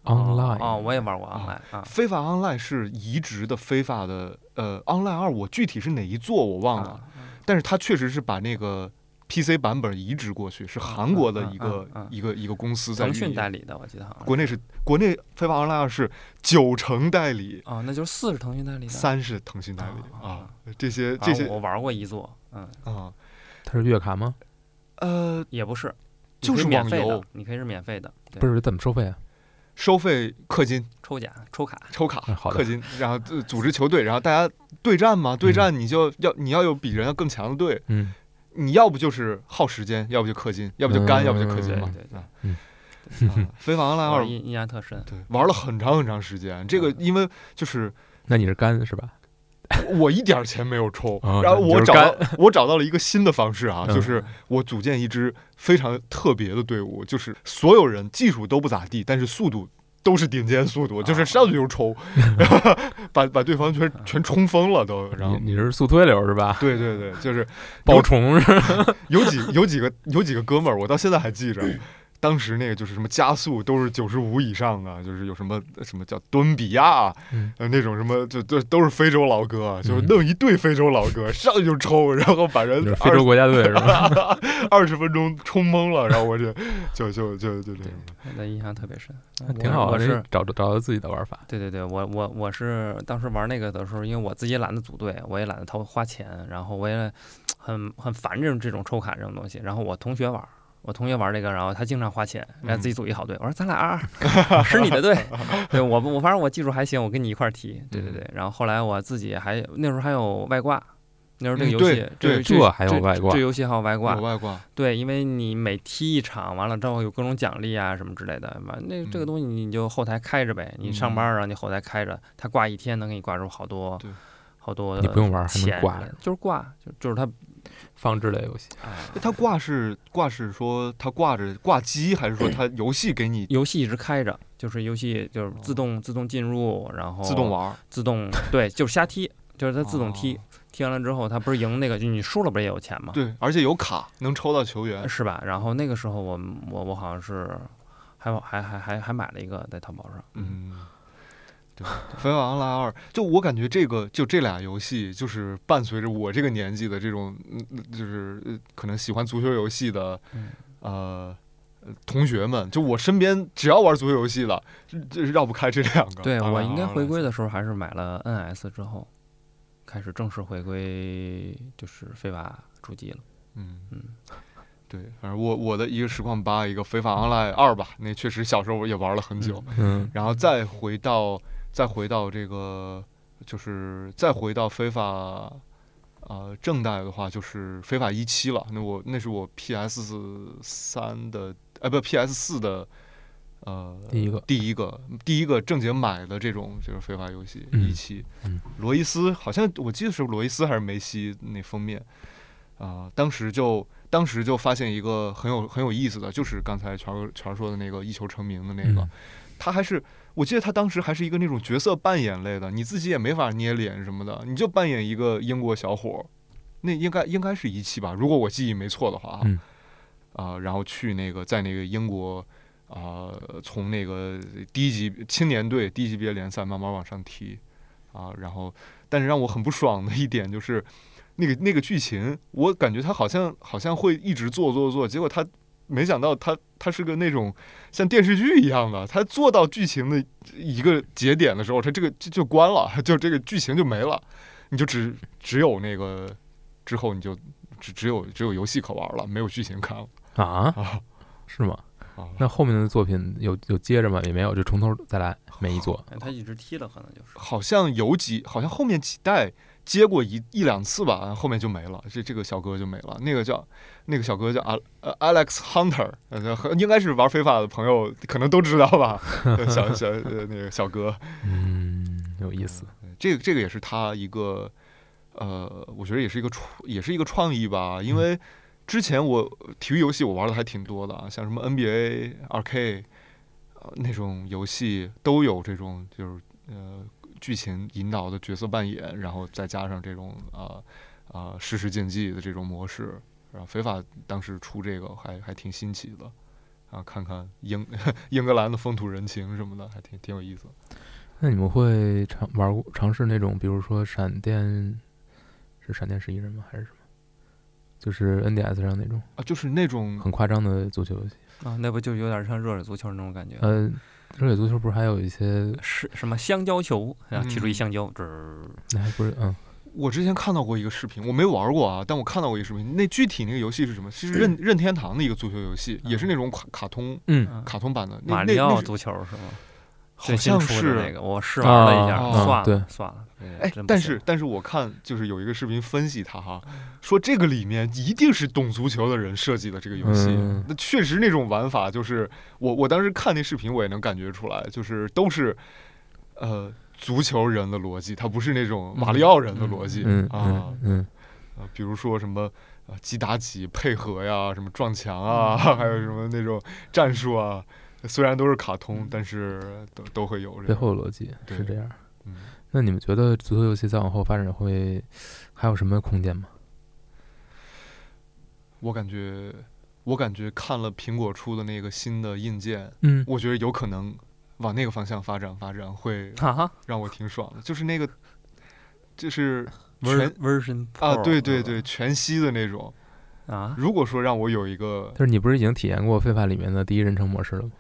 Speaker 1: Online
Speaker 3: 啊，我也玩过
Speaker 2: 啊
Speaker 3: online 啊，
Speaker 2: 非法 Online 是移植的非法的呃 Online 二，我具体是哪一座我忘了，
Speaker 3: 啊
Speaker 2: 但是它确实是把那个 PC 版本移植过去，是
Speaker 3: 啊
Speaker 2: 韩国的一个、
Speaker 3: 嗯嗯嗯嗯
Speaker 2: 一个一个公司在
Speaker 3: 腾
Speaker 2: 运
Speaker 3: 讯
Speaker 2: 营。
Speaker 3: 代理的，我记得好像
Speaker 2: 国内是国内非法 online 是九成代理，
Speaker 3: 啊，那就是四是腾讯代理的，
Speaker 2: 三是腾讯代理
Speaker 3: 啊
Speaker 2: 啊，这些
Speaker 3: 啊
Speaker 2: 这些
Speaker 3: 我玩过一座，嗯，
Speaker 2: 啊，
Speaker 1: 它是月卡吗？
Speaker 2: 呃，
Speaker 3: 也不是，你
Speaker 2: 就
Speaker 3: 可以
Speaker 2: 是
Speaker 3: 免
Speaker 2: 网
Speaker 3: 费的
Speaker 2: 游，
Speaker 3: 你可以是免费的，对
Speaker 1: 不是怎么收费啊？
Speaker 2: 收费氪金
Speaker 3: 抽奖抽卡，
Speaker 2: 抽卡
Speaker 1: 嗯好的
Speaker 2: 氪金，然后呃组织球队，然后大家对战
Speaker 3: 嗯
Speaker 2: 嘛，对战你就要你要有比人家更强的队，
Speaker 1: 嗯，
Speaker 2: 你要不就是耗时间，要不就氪金，要不就干，
Speaker 1: 嗯
Speaker 2: 要不就氪金
Speaker 3: 对
Speaker 2: 嘛。
Speaker 3: 对对，
Speaker 2: 啊非法 online
Speaker 3: 我
Speaker 2: 二
Speaker 3: 印印象特深，
Speaker 2: 对玩了很长很长时间，这个
Speaker 1: 嗯
Speaker 2: 因为就是
Speaker 1: 那你是干是吧？
Speaker 2: 我一点儿钱没有
Speaker 1: <laughs>
Speaker 2: 充，
Speaker 1: 啊
Speaker 2: 然后
Speaker 1: 你就
Speaker 2: 我
Speaker 1: 是
Speaker 2: 找到我找到了一个新的方式啊，
Speaker 1: 嗯
Speaker 2: 就是我组建一支非常特别的队伍，就是所有人技术都不咋地，但是速度都是顶尖
Speaker 1: 啊
Speaker 2: 速度，就是上去就冲， <laughs> 把把对方全全冲疯了都。然后
Speaker 1: 你你是速推流是吧？
Speaker 2: 对对对，就是
Speaker 1: 爆虫是吧？
Speaker 2: 有几有几个有几个哥们儿，我到现在还记着。当时那个就是什么加速都是九十五以上啊，就是有什么什么叫敦比亚、啊
Speaker 1: 嗯
Speaker 2: 呃那种什么，就都都是非洲老哥啊，就是弄一队非洲老哥、上去就冲，然后把人
Speaker 1: 你是非
Speaker 2: 二
Speaker 1: 洲国家队是吧？
Speaker 2: <laughs> 二十分钟冲懵了，然后我就就就就就这种
Speaker 3: 那印象特别深，
Speaker 1: <laughs> 挺好啊，
Speaker 3: 我是
Speaker 1: 这找找到自己的玩法。
Speaker 3: 对对对，我我我是当时玩那个的时候，因为我自己也懒得组队，我也懒得掏花钱，然后我也很很烦这种这种抽卡这种东西。然后我同学玩儿，我同学玩这个，然后他经常花钱，然后
Speaker 1: 嗯
Speaker 3: 自己组一好队。 <laughs> 我说咱俩二二，是你
Speaker 1: <laughs>
Speaker 3: 的队。对我不我反正我技术还行，我跟你一块儿踢。对对
Speaker 1: 嗯
Speaker 3: 对，然后后来我自己还那时候还有外挂，那时候这个
Speaker 2: 嗯
Speaker 3: 游
Speaker 2: 对
Speaker 3: 戏
Speaker 2: 对
Speaker 1: 这还有外挂
Speaker 3: 这游戏还有外挂
Speaker 2: 有，外挂，
Speaker 3: 对，因为你每踢一场，完了之后有各种奖励啊什么之类的，完那这个
Speaker 2: 嗯
Speaker 3: 东西你就后台开着呗，你上班儿啊，你后台开着，它挂一天能给你挂出好多
Speaker 2: 对
Speaker 3: 好多
Speaker 1: 你不用玩还能
Speaker 3: 钱
Speaker 1: 挂
Speaker 3: 来，就是挂，就就是它，
Speaker 1: 放置类游戏，
Speaker 3: 哎
Speaker 2: 它挂是挂是说它挂着挂机，还是说它游戏给你
Speaker 3: 游戏一直开着，就是游戏就是自动自动进入，然后
Speaker 2: 哦自动玩儿？
Speaker 1: 嗯
Speaker 3: 自动对，就是瞎踢，就是它自动踢
Speaker 2: 哦，
Speaker 3: 踢完了之后，它不是赢那个，就你输了不是也有钱吗？
Speaker 2: 对，而且有卡能抽到球员，
Speaker 3: 是吧？然后那个时候我我我好像是还还还还还买了一个在淘宝上，
Speaker 2: 嗯，对，《飞往来二》就我感觉这个就这俩游戏，就是伴随着我这个年纪的这种，嗯就是呃可能喜欢足球游戏的
Speaker 3: 嗯，
Speaker 2: 呃。同学们，就我身边只要玩足球游戏的，这这绕不开这两个。
Speaker 3: 对
Speaker 2: 当
Speaker 3: 我
Speaker 2: 然
Speaker 3: 应该
Speaker 2: 当然
Speaker 3: 回归的时候还是买了 NS 之后，开始正式回归就是飞瓦主机了。
Speaker 2: 嗯
Speaker 3: 嗯，
Speaker 2: 对，反正我我的一个实况八，一个非法 online 二吧，那确实小时候我也玩了很久，
Speaker 1: 嗯，
Speaker 2: 然后再回到再回到这个，就是再回到非法。呃，正代的话就是非法一期了，那我那是我 PS 三的，哎，不 PS 四的，呃，
Speaker 1: 第一个
Speaker 2: 第一个第一个正经买的这种就是非法游戏
Speaker 1: 嗯
Speaker 2: 一期，
Speaker 1: 嗯
Speaker 2: 罗伊斯好像我记得是罗伊斯还是梅西那封面啊、当时就当时就发现一个很有很有意思的，就是刚才全儿全儿说的那个一球成名的那个，
Speaker 1: 嗯
Speaker 2: 他还是我记得他当时还是一个那种角色扮演类的，你自己也没法捏脸什么的，你就扮演一个英国小伙儿，那应该应该是一期吧，如果我记忆没错的话啊，
Speaker 1: 嗯
Speaker 2: 啊、然后去那个在那个英国。啊、从那个低级青年队低级别联赛慢慢往上踢，啊，然后但是让我很不爽的一点就是，那个那个剧情，我感觉他好像好像会一直做做做，结果他没想到他他是个那种像电视剧一样的，他做到剧情的一个节点的时候，他这个就就关了，就这个剧情就没了，你就只只有那个之后你就只只有只有游戏可玩了，没有剧情看了 <laughs>
Speaker 1: 啊，
Speaker 2: 啊
Speaker 1: 是吗？
Speaker 2: 啊！
Speaker 1: 那后面的作品有有接着吗？也没有，就从头再来，每一座。
Speaker 3: 哎，他一直踢了，可能就是
Speaker 2: 好像有几，好像后面几代接过一一两次吧，后面就没了。这这个小哥就没了。那个叫那个小哥叫阿呃 Alex Hunter，呃，和应该是玩非法的朋友可能都知道
Speaker 1: <laughs>
Speaker 2: 吧。呃小小呃那个小哥，
Speaker 1: 嗯，有意思。
Speaker 2: 这个这个也是他一个呃，我觉得也是一个创，也是一个创意吧，因为。之前我体育游戏我玩的还挺多的啊，像什么 NBA、2 K、呃、那种游戏都有这种就是呃剧情引导的角色扮演，然后再加上这种啊啊实时竞技的这种模式。然后非法当时出这个还还挺新奇的啊，看看英 <laughs> 英格兰的风土人情什么的，还挺挺有意思。
Speaker 1: 那你们会尝玩过尝试那种，比如说闪电，是闪电十一人吗？还是什么？就是 NDS 上那种
Speaker 2: 啊，就是那种
Speaker 1: 很夸张的足球游戏。
Speaker 3: 啊，那不就有点像热水足球那种感觉？
Speaker 1: 呃，热血足球不是还有一些，
Speaker 3: 是什么香蕉球？然后提出一
Speaker 2: 嗯
Speaker 3: 香蕉，吱
Speaker 1: 那还不是嗯，
Speaker 2: 我之前看到过一个视频，我没玩过啊，但我看到过一个视频。那具体那个游戏是什么？是
Speaker 3: 嗯
Speaker 2: 任任天堂的一个足球游戏，也是那种卡卡通
Speaker 1: 嗯，
Speaker 3: 嗯
Speaker 2: 卡通版的。那
Speaker 3: 马
Speaker 2: 那
Speaker 3: 里奥
Speaker 2: 那是
Speaker 3: 足球是吗？
Speaker 2: 好
Speaker 3: 最新
Speaker 2: 像
Speaker 3: 出的那
Speaker 2: 是
Speaker 3: 个，我试玩了一下，
Speaker 1: 啊
Speaker 2: 啊
Speaker 3: 算了、
Speaker 1: 对
Speaker 3: 算了。嗯
Speaker 2: 哎
Speaker 3: 真，不
Speaker 2: 但
Speaker 3: 行
Speaker 2: 是但是我看就是有一个视频分析它哈，说这个里面一定是懂足球的人设计的这个游戏。
Speaker 1: 嗯
Speaker 2: 那确实那种玩法就是我我当时看那视频我也能感觉出来，就是都是呃足球人的逻辑，它不是那种马里奥人的逻辑、
Speaker 1: 嗯
Speaker 2: 啊、
Speaker 1: 嗯嗯，
Speaker 2: 呃比如说什么。啊，击打几配合呀，什么撞墙啊，
Speaker 3: 嗯
Speaker 2: 还有什么那种战术啊，虽然都是卡
Speaker 3: 嗯
Speaker 2: 通，但是都都会有这
Speaker 1: 背
Speaker 2: 种。
Speaker 1: 后的逻辑
Speaker 2: 对
Speaker 1: 是这样。
Speaker 2: 嗯，
Speaker 1: 那你们觉得足球游戏再往后发展会还有什么空间吗？
Speaker 2: 我感觉，我感觉看了苹果出的那个新的硬件，
Speaker 1: 嗯
Speaker 2: 我觉得有可能往那个方向发展发展，会
Speaker 3: 哈哈
Speaker 2: 让我挺爽的。就是那个，就是全
Speaker 3: ，ver- version
Speaker 2: 啊，
Speaker 3: Pro
Speaker 2: 对
Speaker 3: 是
Speaker 2: 对
Speaker 3: 吧
Speaker 2: 对，全息的那种。
Speaker 3: 啊，
Speaker 2: 如果说让我有一个
Speaker 1: 但是你不是已经体验过《非法》里面的第一人称模式了吗？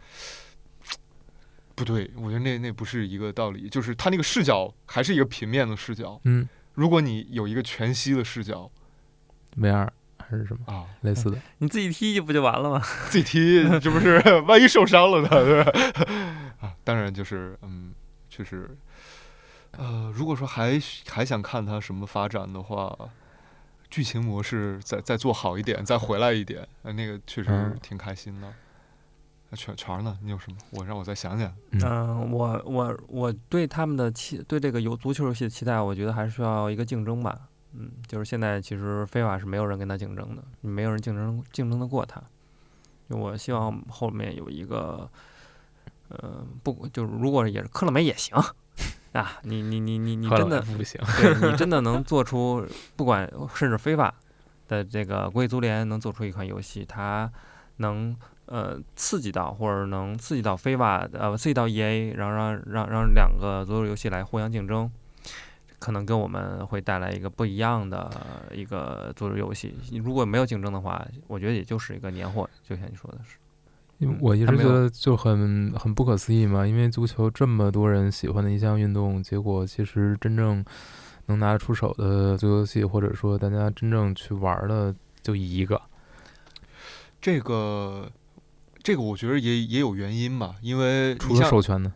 Speaker 2: 不对，我觉得那那不是一个道理，就是它那个视角还是一个平面的视角。
Speaker 1: 嗯
Speaker 2: 如果你有一个全息的视角
Speaker 1: ，VR 还是什么
Speaker 2: 啊，
Speaker 1: 类似的？
Speaker 3: 你自己踢不就完了吗？
Speaker 2: 自己踢这不是 <laughs> 万一受伤了呢？对吧？啊，当然就是嗯，确实，呃，如果说还还想看它什么发展的话，剧情模式再再做好一点，再回来一点，呃、那个确实
Speaker 1: 嗯
Speaker 2: 挺开心的。那全全儿呢？你有什么？我让我再想想。
Speaker 1: 嗯
Speaker 3: 嗯、我我我对他们的期对这个游足球游戏的期待，我觉得还是需要一个竞争吧。嗯，就是现在其实非法是没有人跟他竞争的，没有人竞争竞争得过他。就我希望后面有一个，呃，不就是如果也是克了没也行 <laughs> 啊，你你你你你
Speaker 1: 后来
Speaker 3: 真的
Speaker 1: 不行，
Speaker 3: 对你真的能做出不管甚至非法的这个国际足联能做出一款游戏，它能呃刺激到或者能刺激到非法呃刺激到 EA，然后让让让两个足球游戏来互相竞争，可能给我们会带来一个不一样的一个足球游戏。如果没有竞争的话，我觉得也就是一个年货，就像你说的是，
Speaker 1: 因
Speaker 2: 嗯
Speaker 1: 为我一
Speaker 3: 他
Speaker 1: 直
Speaker 3: 没
Speaker 1: 觉
Speaker 3: 有
Speaker 1: 得就很很不可思议嘛，因为足球这么多人喜欢的一项运动，结果其实真正能拿得出手的足球游戏，或者说大家真正去玩儿的就一个。
Speaker 2: 这个，这个我觉得也也有原因吧，因为
Speaker 1: 除
Speaker 2: 你
Speaker 1: 了
Speaker 2: 像
Speaker 1: 授权呢，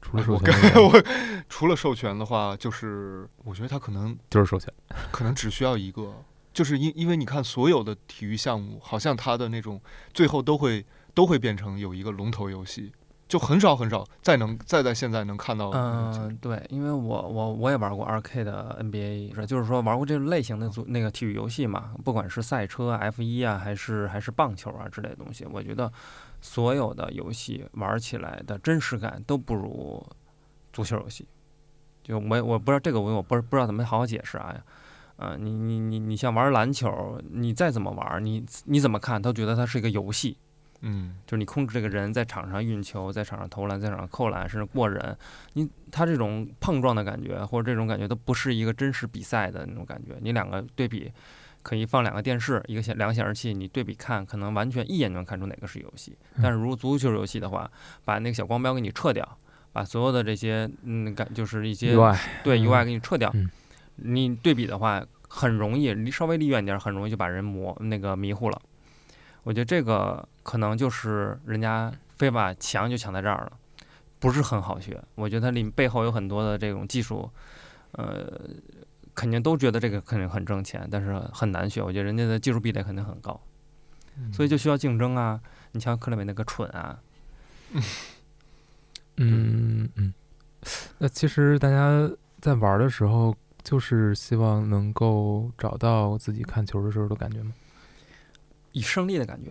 Speaker 1: 除了
Speaker 2: 哎
Speaker 1: 授
Speaker 2: 我
Speaker 1: 权
Speaker 2: 刚
Speaker 1: 以外，
Speaker 2: 我 <laughs> 除了授权的话，就是我觉得他可能
Speaker 1: 就是授
Speaker 2: <laughs>
Speaker 1: 权。
Speaker 2: 可能只需要一个，就是因因为你看所有的体育项目，好像它的那种最后都会都会变成有一个龙头游戏，就很少很少再能再在现在能看到。
Speaker 3: 嗯、，对，因为我我我也玩过 2K 的 NBA，是就是说玩过这类型的足那个体育游戏嘛，不管是赛车、F 1啊，还是还是棒球啊之类的东西，我觉得所有的游戏玩起来的真实感都不如足球游戏。就我也我不知道这个我我不是不知道怎么好好解释啊。呃，你你你你像玩篮球，你再怎么玩，你你怎么看都觉得它是一个游戏，
Speaker 2: 嗯，
Speaker 3: 就是你控制这个人在场上运球，在场上投篮，在场上扣篮，甚至过人，你他这种碰撞的感觉或者这种感觉都不是一个真实比赛的那种感觉。你两个对比，可以放两个电视，一个显两个显示器，你对比看，可能完全一眼就能看出哪个是游戏。但是如果足球游戏的话，把那个小光标给你撤掉，把所有的这些嗯感就是一些
Speaker 1: 意外，
Speaker 3: 对
Speaker 1: 嗯
Speaker 3: UI 给你撤掉，
Speaker 1: 嗯
Speaker 3: 你对比的话很容易，离稍微离远点儿，很容易就把人模那个迷糊了。我觉得这个可能就是人家非法强就强在这儿了，不是很好学。我觉得它里背后有很多的这种技术，呃，肯定都觉得这个肯定很挣钱，但是很难学。我觉得人家的技术壁垒肯定很高，所以就需要竞争啊。你像克莱美那个蠢啊，
Speaker 1: 嗯嗯。那其实大家在玩儿的时候，就是希望能够找到自己看球的时候的感觉吗？
Speaker 3: 以胜利的感觉。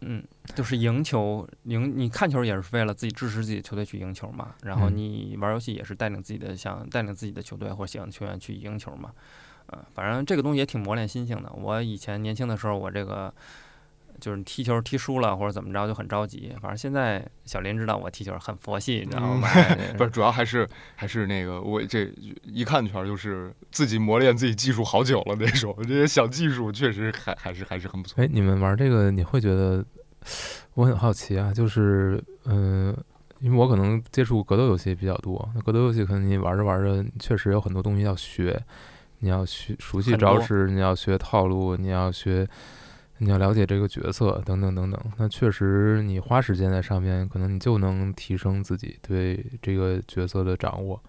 Speaker 3: 嗯，就是赢球，赢你看球也是为了自己支持自己的球队去赢球嘛，然后
Speaker 1: 嗯
Speaker 3: 你玩游戏也是带领自己的想带领自己的球队或者喜欢的球员去赢球嘛。呃，反正这个东西也挺磨练心性的。我以前年轻的时候，我这个就是你踢球踢输了或者怎么着就很着急。反正现在小林知道我踢球很佛系，你知道吗？ <laughs>
Speaker 2: 不是，主要还是还是那个，我这一看圈儿就是自己磨练自己技术好久了那种，这些小技术确实还还是还是很不错。
Speaker 1: 哎，你们玩这个，你会觉得我很好奇啊，就是嗯、呃因为我可能接触格斗游戏比较多，那格斗游戏可能你玩着玩着，你确实有很多东西要学，你要学熟悉
Speaker 3: 很多
Speaker 1: 招式，你要学套路，你要学。你要了解这个角色，等等等等，那确实你花时间在上面，可能你就能提升自己对这个角色的掌握，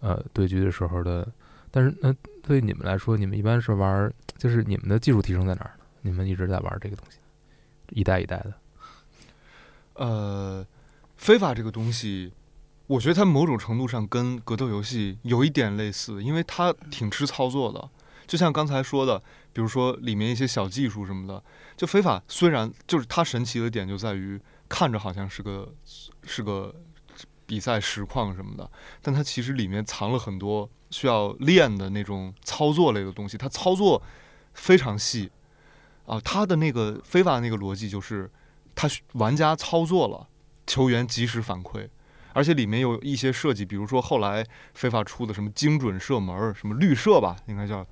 Speaker 1: 呃，对局的时候的。但是那对你们来说，你们一般是玩儿，就是你们的技术提升在哪儿呢？你们一直在玩儿这个东西，一代一代的。
Speaker 2: 呃，非法这个东西，我觉得它某种程度上跟格斗游戏有一点类似，因为它挺吃操作的。就像刚才说的，比如说里面一些小技术什么的，就非法虽然就是它神奇的点就在于看着好像是个是个比赛实况什么的，但它其实里面藏了很多需要练的那种操作类的东西，它操作非常细啊。它的那个非法那个逻辑就是，他需玩家操作了，球员及时反馈，而且里面有一些设计，比如说后来非法出的什么精准射门儿，什么绿射吧，应该叫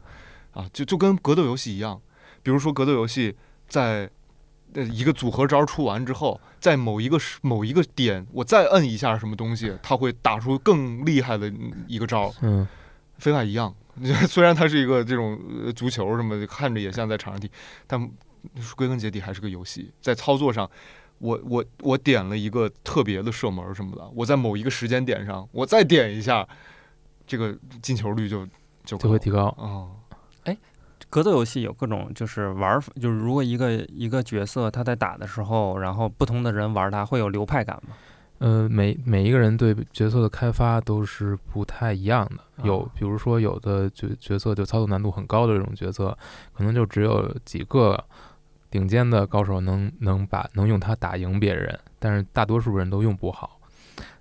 Speaker 2: 啊，就就跟格斗游戏一样，比如说格斗游戏在。呃，一个组合招出完之后，在某一个时某一个点，我再摁一下什么东西，它会打出更厉害的一个招。
Speaker 1: 嗯，
Speaker 2: 非法一样， <laughs> 虽然它是一个这种呃足球什么的，看着也像在场上踢，但归根结底还是个游戏。在操作上，我我我点了一个特别的射门什么的，我在某一个时间点上，我再点一下，这个进球率就就
Speaker 1: 就会提高。
Speaker 2: 啊、
Speaker 3: 格斗游戏有各种就是玩儿，就是如果一个一个角色他在打的时候，然后不同的人玩他会有流派感吗？
Speaker 1: 呃，每每一个人对角色的开发都是不太一样的。有
Speaker 3: 啊，
Speaker 1: 比如说有的角角色就操作难度很高的这种角色，可能就只有几个顶尖的高手能能把能用它打赢别人，但是大多数人都用不好。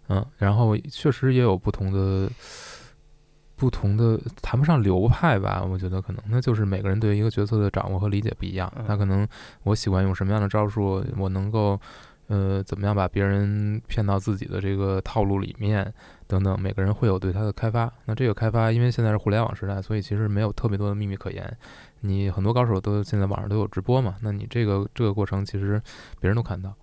Speaker 1: 嗯，然后确实也有不同的不同的，谈不上流派吧，我觉得可能那就是每个人对一个角色的掌握和理解不一样。
Speaker 3: 嗯
Speaker 1: 那可能我喜欢用什么样的招数，我能够呃怎么样把别人骗到自己的这个套路里面等等，每个人会有对它的开发。那这个开发，因为现在是互联网时代，所以其实没有特别多的秘密可言。你很多高手都现在网上都有直播嘛，那你这个这个过程其实别人都看到。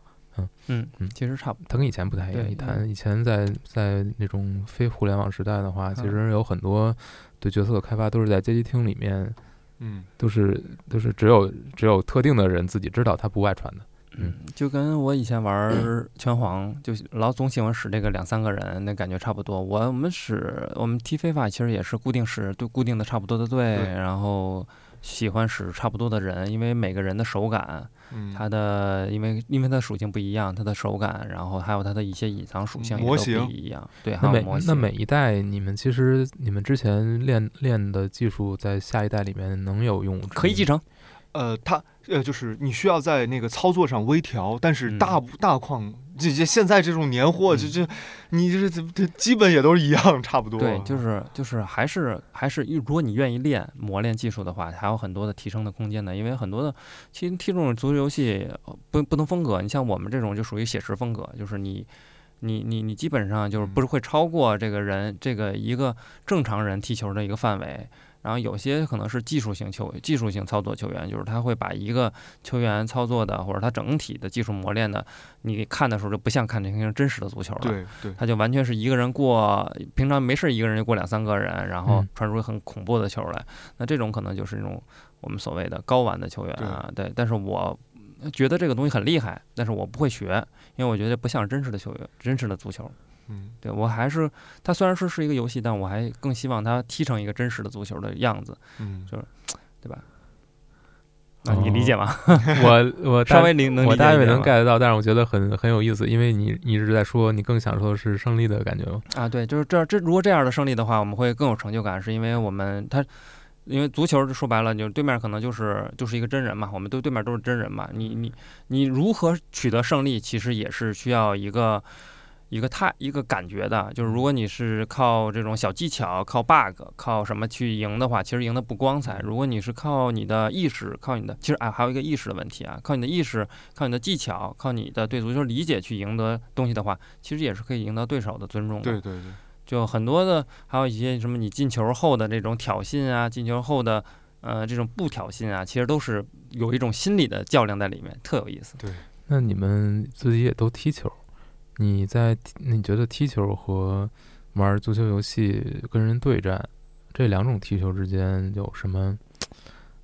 Speaker 3: 嗯
Speaker 1: 嗯
Speaker 3: 其实差不多。
Speaker 1: 它跟以前不太一样。
Speaker 3: 对嗯
Speaker 1: 以前以前在在那种非互联网时代的话，其
Speaker 3: 嗯
Speaker 1: 实有很多对角色的开发都是在街机厅里面，
Speaker 2: 嗯，
Speaker 1: 都是都是只有只有特定的人自己知道，他不外传的。嗯
Speaker 3: 就跟我以前玩儿
Speaker 1: <clears throat>
Speaker 3: 拳皇，就是老总喜欢使这个两三个人，那感觉差不多。我我们使我们踢非法其实也是固定使对固定的差不多的队，
Speaker 2: 对
Speaker 3: 然后喜欢使差不多的人，因为每个人的手感，
Speaker 2: 嗯
Speaker 3: 它的因为因为它的属性不一样，它的手感，然后还有它的一些隐藏属性也
Speaker 2: 模
Speaker 3: 都
Speaker 2: 型
Speaker 3: 不一样。对，还
Speaker 1: 那
Speaker 3: 有
Speaker 1: 每
Speaker 3: 模型。
Speaker 1: 那每一代，你们其实你们之前练练的技术，在下一代里面能有用武之
Speaker 3: 可以
Speaker 1: 地
Speaker 3: 继承，
Speaker 2: 呃，它呃，就是你需要在那个操作上微调，但
Speaker 3: 嗯
Speaker 2: 是大、大框这这现在这种年货，这这你这这这基本也都是一样，差不多。
Speaker 3: 对，就是就是还是还是，如果你愿意练磨练技术的话，还有很多的提升的空间的。因为很多的其实踢这种足球游戏呃不不同风格，你像我们这种就属于写实风格，就是你你你你基本上就是不是会超过这个人这个一个正常人踢球的一个范围。然后有些可能是技术型球技术型操作球员，就是他会把一个球员操作的或者他整体的技术磨练的，你看的时候就不像看这个真实的足球了。
Speaker 2: 对对，
Speaker 3: 他就完全是一个人过，平常没事儿一个人就过两三个人，然后
Speaker 1: 嗯
Speaker 3: 传出很恐怖的球来。那这种可能就是那种我们所谓的高玩的球员啊，对。但是我觉得这个东西很厉害，但是我不会学，因为我觉得不像真实的球员，真实的足球。
Speaker 2: 嗯
Speaker 3: 对我还是，它虽然说是一个游戏，但我还更希望它踢成一个真实的足球的样子，
Speaker 2: 嗯
Speaker 3: 就对吧？啊，你理解吗？
Speaker 1: 我
Speaker 3: <laughs>
Speaker 1: 我哦大
Speaker 3: 稍微能能理解
Speaker 1: 我大
Speaker 3: 一点吧，
Speaker 1: 概能 get 到，但是我觉得很很有意思，因为你你一直在说，你更享受的是胜利的感觉吗？
Speaker 3: 啊，对，就是这样。这如果这样的胜利的话，我们会更有成就感，是因为我们他，因为足球说白了，就是对面可能就是就是一个真人嘛，我们对对面都是真人嘛。你你你如何取得胜利，其实也是需要一个一个态一个感觉的。就是如果你是靠这种小技巧、靠 bug、靠什么去赢的话，其实赢的不光彩。如果你是靠你的意识、靠你的，其实啊还有一个意识的问题啊，靠你的意识、靠你的技巧、靠你的对足球理解去赢得东西的话，其实也是可以赢得对手的尊重的。
Speaker 2: 对对对，
Speaker 3: 就很多的，还有一些什么你进球后的这种挑衅啊，进球后的呃这种不挑衅啊，其实都是有一种心理的较量在里面，特有意思。
Speaker 1: 那你们自己也都踢球，你在你觉得踢球和玩足球游戏跟人对战这两种踢球之间有什么？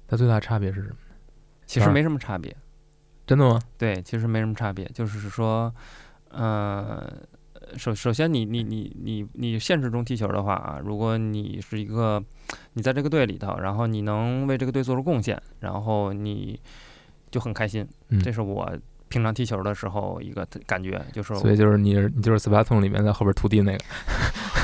Speaker 1: 它最大差别是什么？
Speaker 3: 其
Speaker 1: 当
Speaker 3: 实
Speaker 1: 然
Speaker 3: 没什么差别，
Speaker 1: 真的吗？
Speaker 3: 对，其实没什么差别，就是说，呃，首首先你你你你你现实中踢球的话啊，如果你是一个你在这个队里头，然后你能为这个队做出贡献，然后你就很开心，
Speaker 1: 嗯
Speaker 3: 这是我平常踢球的时候一个感觉，就是
Speaker 1: 所以就是你是你就是 Splatoon 里面在后边涂地那个 <laughs>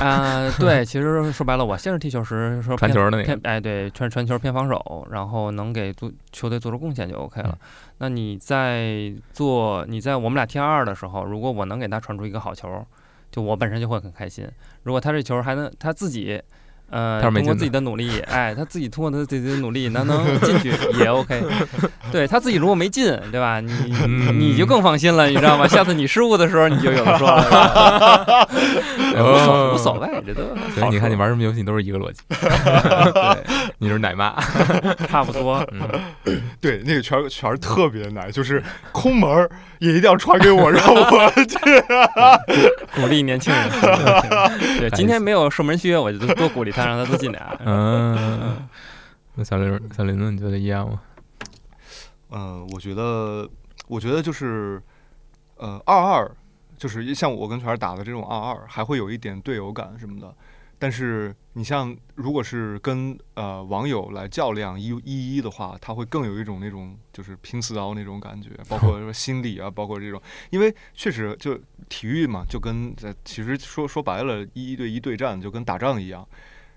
Speaker 3: 啊、对，其实说白了，我先是踢球时说
Speaker 1: 传
Speaker 3: 偏
Speaker 1: 球的那个
Speaker 3: 偏哎对传传球偏防守，然后能给足球队做出贡献就 OK 了。
Speaker 1: 嗯
Speaker 3: 那你在做你在我们俩踢二的时候，如果我能给他传出一个好球，就我本身就会很开心。如果他这球还能他自己。呃，
Speaker 1: 他是没
Speaker 3: 通过
Speaker 1: 进
Speaker 3: 自己的努力，哎，他自己通过他自己的努力，能能进
Speaker 1: <laughs>
Speaker 3: 去也 OK。对他自己如果没进，对吧？你
Speaker 1: 嗯
Speaker 3: 你就更放心了，你知道吗？下次你失误的时候，你就有的说了是吧， <laughs> 哎无所无所谓，这都
Speaker 1: 所以哦你看你
Speaker 3: 好
Speaker 1: 玩什么游戏你都是一个 <laughs> 逻辑，你就是奶妈。
Speaker 3: 说差不 <laughs> 多。
Speaker 1: 嗯，
Speaker 2: 对，那个全是全是特别难，就是空门儿也一定要传给 <laughs> 我，让我去。
Speaker 3: 鼓励
Speaker 1: <laughs>
Speaker 3: 年轻人。 <laughs> 对，今天没有射门靴，我就多鼓励他，让他多进点儿。
Speaker 1: 嗯那小林小林子你觉得一样吗？
Speaker 2: 嗯，我觉得，我觉得就是，呃，二二就是像我跟全儿打的这种二二，还会有一点队友感什么的。但是你像如果是跟呃网友来较量一一一的话，他会更有一种那种就是拼刺刀那种感觉，包括什么心理啊，包括这种，因为确实就体育嘛，就跟呃其实说说白了，一一对一对战就跟打仗一样，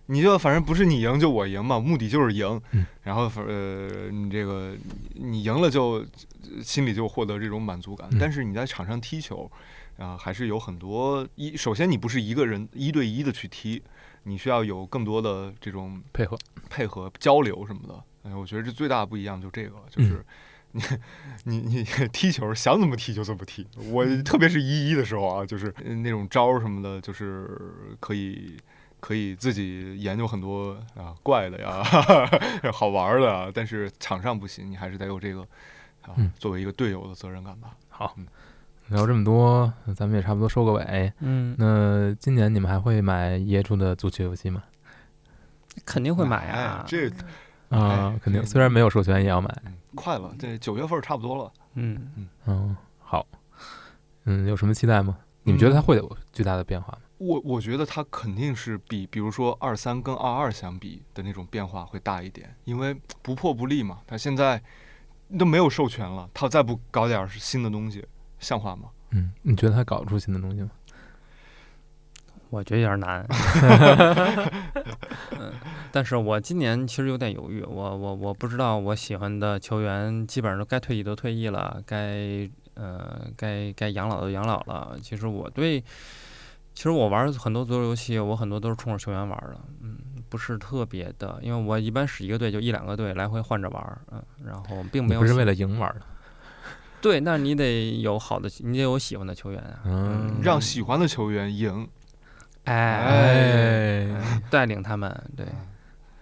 Speaker 2: 你就反正不是你赢就我赢嘛，目的就是赢
Speaker 1: 嗯，
Speaker 2: 然后反呃你这个你赢了就心里就获得这种满足感
Speaker 1: 嗯，
Speaker 2: 但是你在场上踢球。啊、还是有很多一。首先，你不是一个人一对一的去踢，你需要有更多的这种
Speaker 1: 配合，
Speaker 2: 配合、交流什么的。哎，我觉得这最大的不一样就这个，就是
Speaker 3: 嗯
Speaker 2: 你、 <laughs> 你你 <laughs> 踢球想怎么踢就怎么踢。我
Speaker 3: 嗯
Speaker 2: 特别是一一的时候啊，就是呃那种招儿什么的，就是可以。可以自己研究很多啊怪的呀， <laughs> 好玩儿的啊，但是场上不行，你还是得有这个啊
Speaker 1: 嗯
Speaker 2: 作为一个队友的责任感吧。
Speaker 1: 聊这么多，咱们也差不多收个尾。
Speaker 3: 嗯，
Speaker 1: 那今年你们还会买椰猪的足球游戏吗？
Speaker 3: 肯定会买
Speaker 2: 哎
Speaker 3: 啊。
Speaker 2: 这
Speaker 1: 啊、
Speaker 2: 哎
Speaker 1: 肯定，
Speaker 2: 这
Speaker 1: 虽然没有授权也要买。
Speaker 2: 快了，这九月份儿差不多了。
Speaker 3: 嗯，
Speaker 1: 嗯，好，嗯，有什么期待吗？你们觉得它会有巨大的变化吗？
Speaker 2: 我我觉得它肯定是比，比如说二三跟二二相比的那种变化会大一点，因为不破不立嘛。它现在都没有授权了，它再不搞点儿新的东西，像话吗？
Speaker 1: 嗯，你觉得它搞出新的东西吗？
Speaker 3: 我觉得有点难。嗯，但是我今年其实有点犹豫，我我我不知道我喜欢的球员基本上都该退役都退役了，该呃该该养老都养老了。其实我对，其实我玩很多足球游戏，我很多都是冲着球员玩的，嗯，不是特别的，因为我一般使一个队就一两个队来回换着玩儿，嗯，然后并没
Speaker 1: 你
Speaker 3: 有
Speaker 1: 不是
Speaker 3: 喜
Speaker 1: 为了赢玩的，
Speaker 3: 对，那你得有好的，你得有喜欢的球员啊，
Speaker 1: 嗯，
Speaker 2: 让喜欢的球员赢，
Speaker 3: 哎，
Speaker 1: 哎，
Speaker 3: 带领他们，对，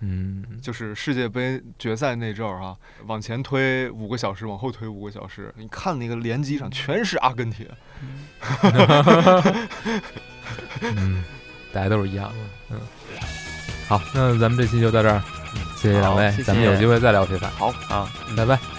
Speaker 1: 嗯，
Speaker 2: 就是世界杯决赛那阵儿啊，往前推五个小时，往后推五个小时，你看那个联机上全是阿根廷，
Speaker 1: 嗯，大家都是一样的，嗯。好，那咱们这期就到这儿，谢谢两
Speaker 3: 好
Speaker 1: 位，
Speaker 3: 谢
Speaker 1: 咱们有
Speaker 3: 谢
Speaker 1: 机会再聊非法，
Speaker 2: 好，
Speaker 3: 好，嗯
Speaker 1: 拜拜。
Speaker 3: 拜拜。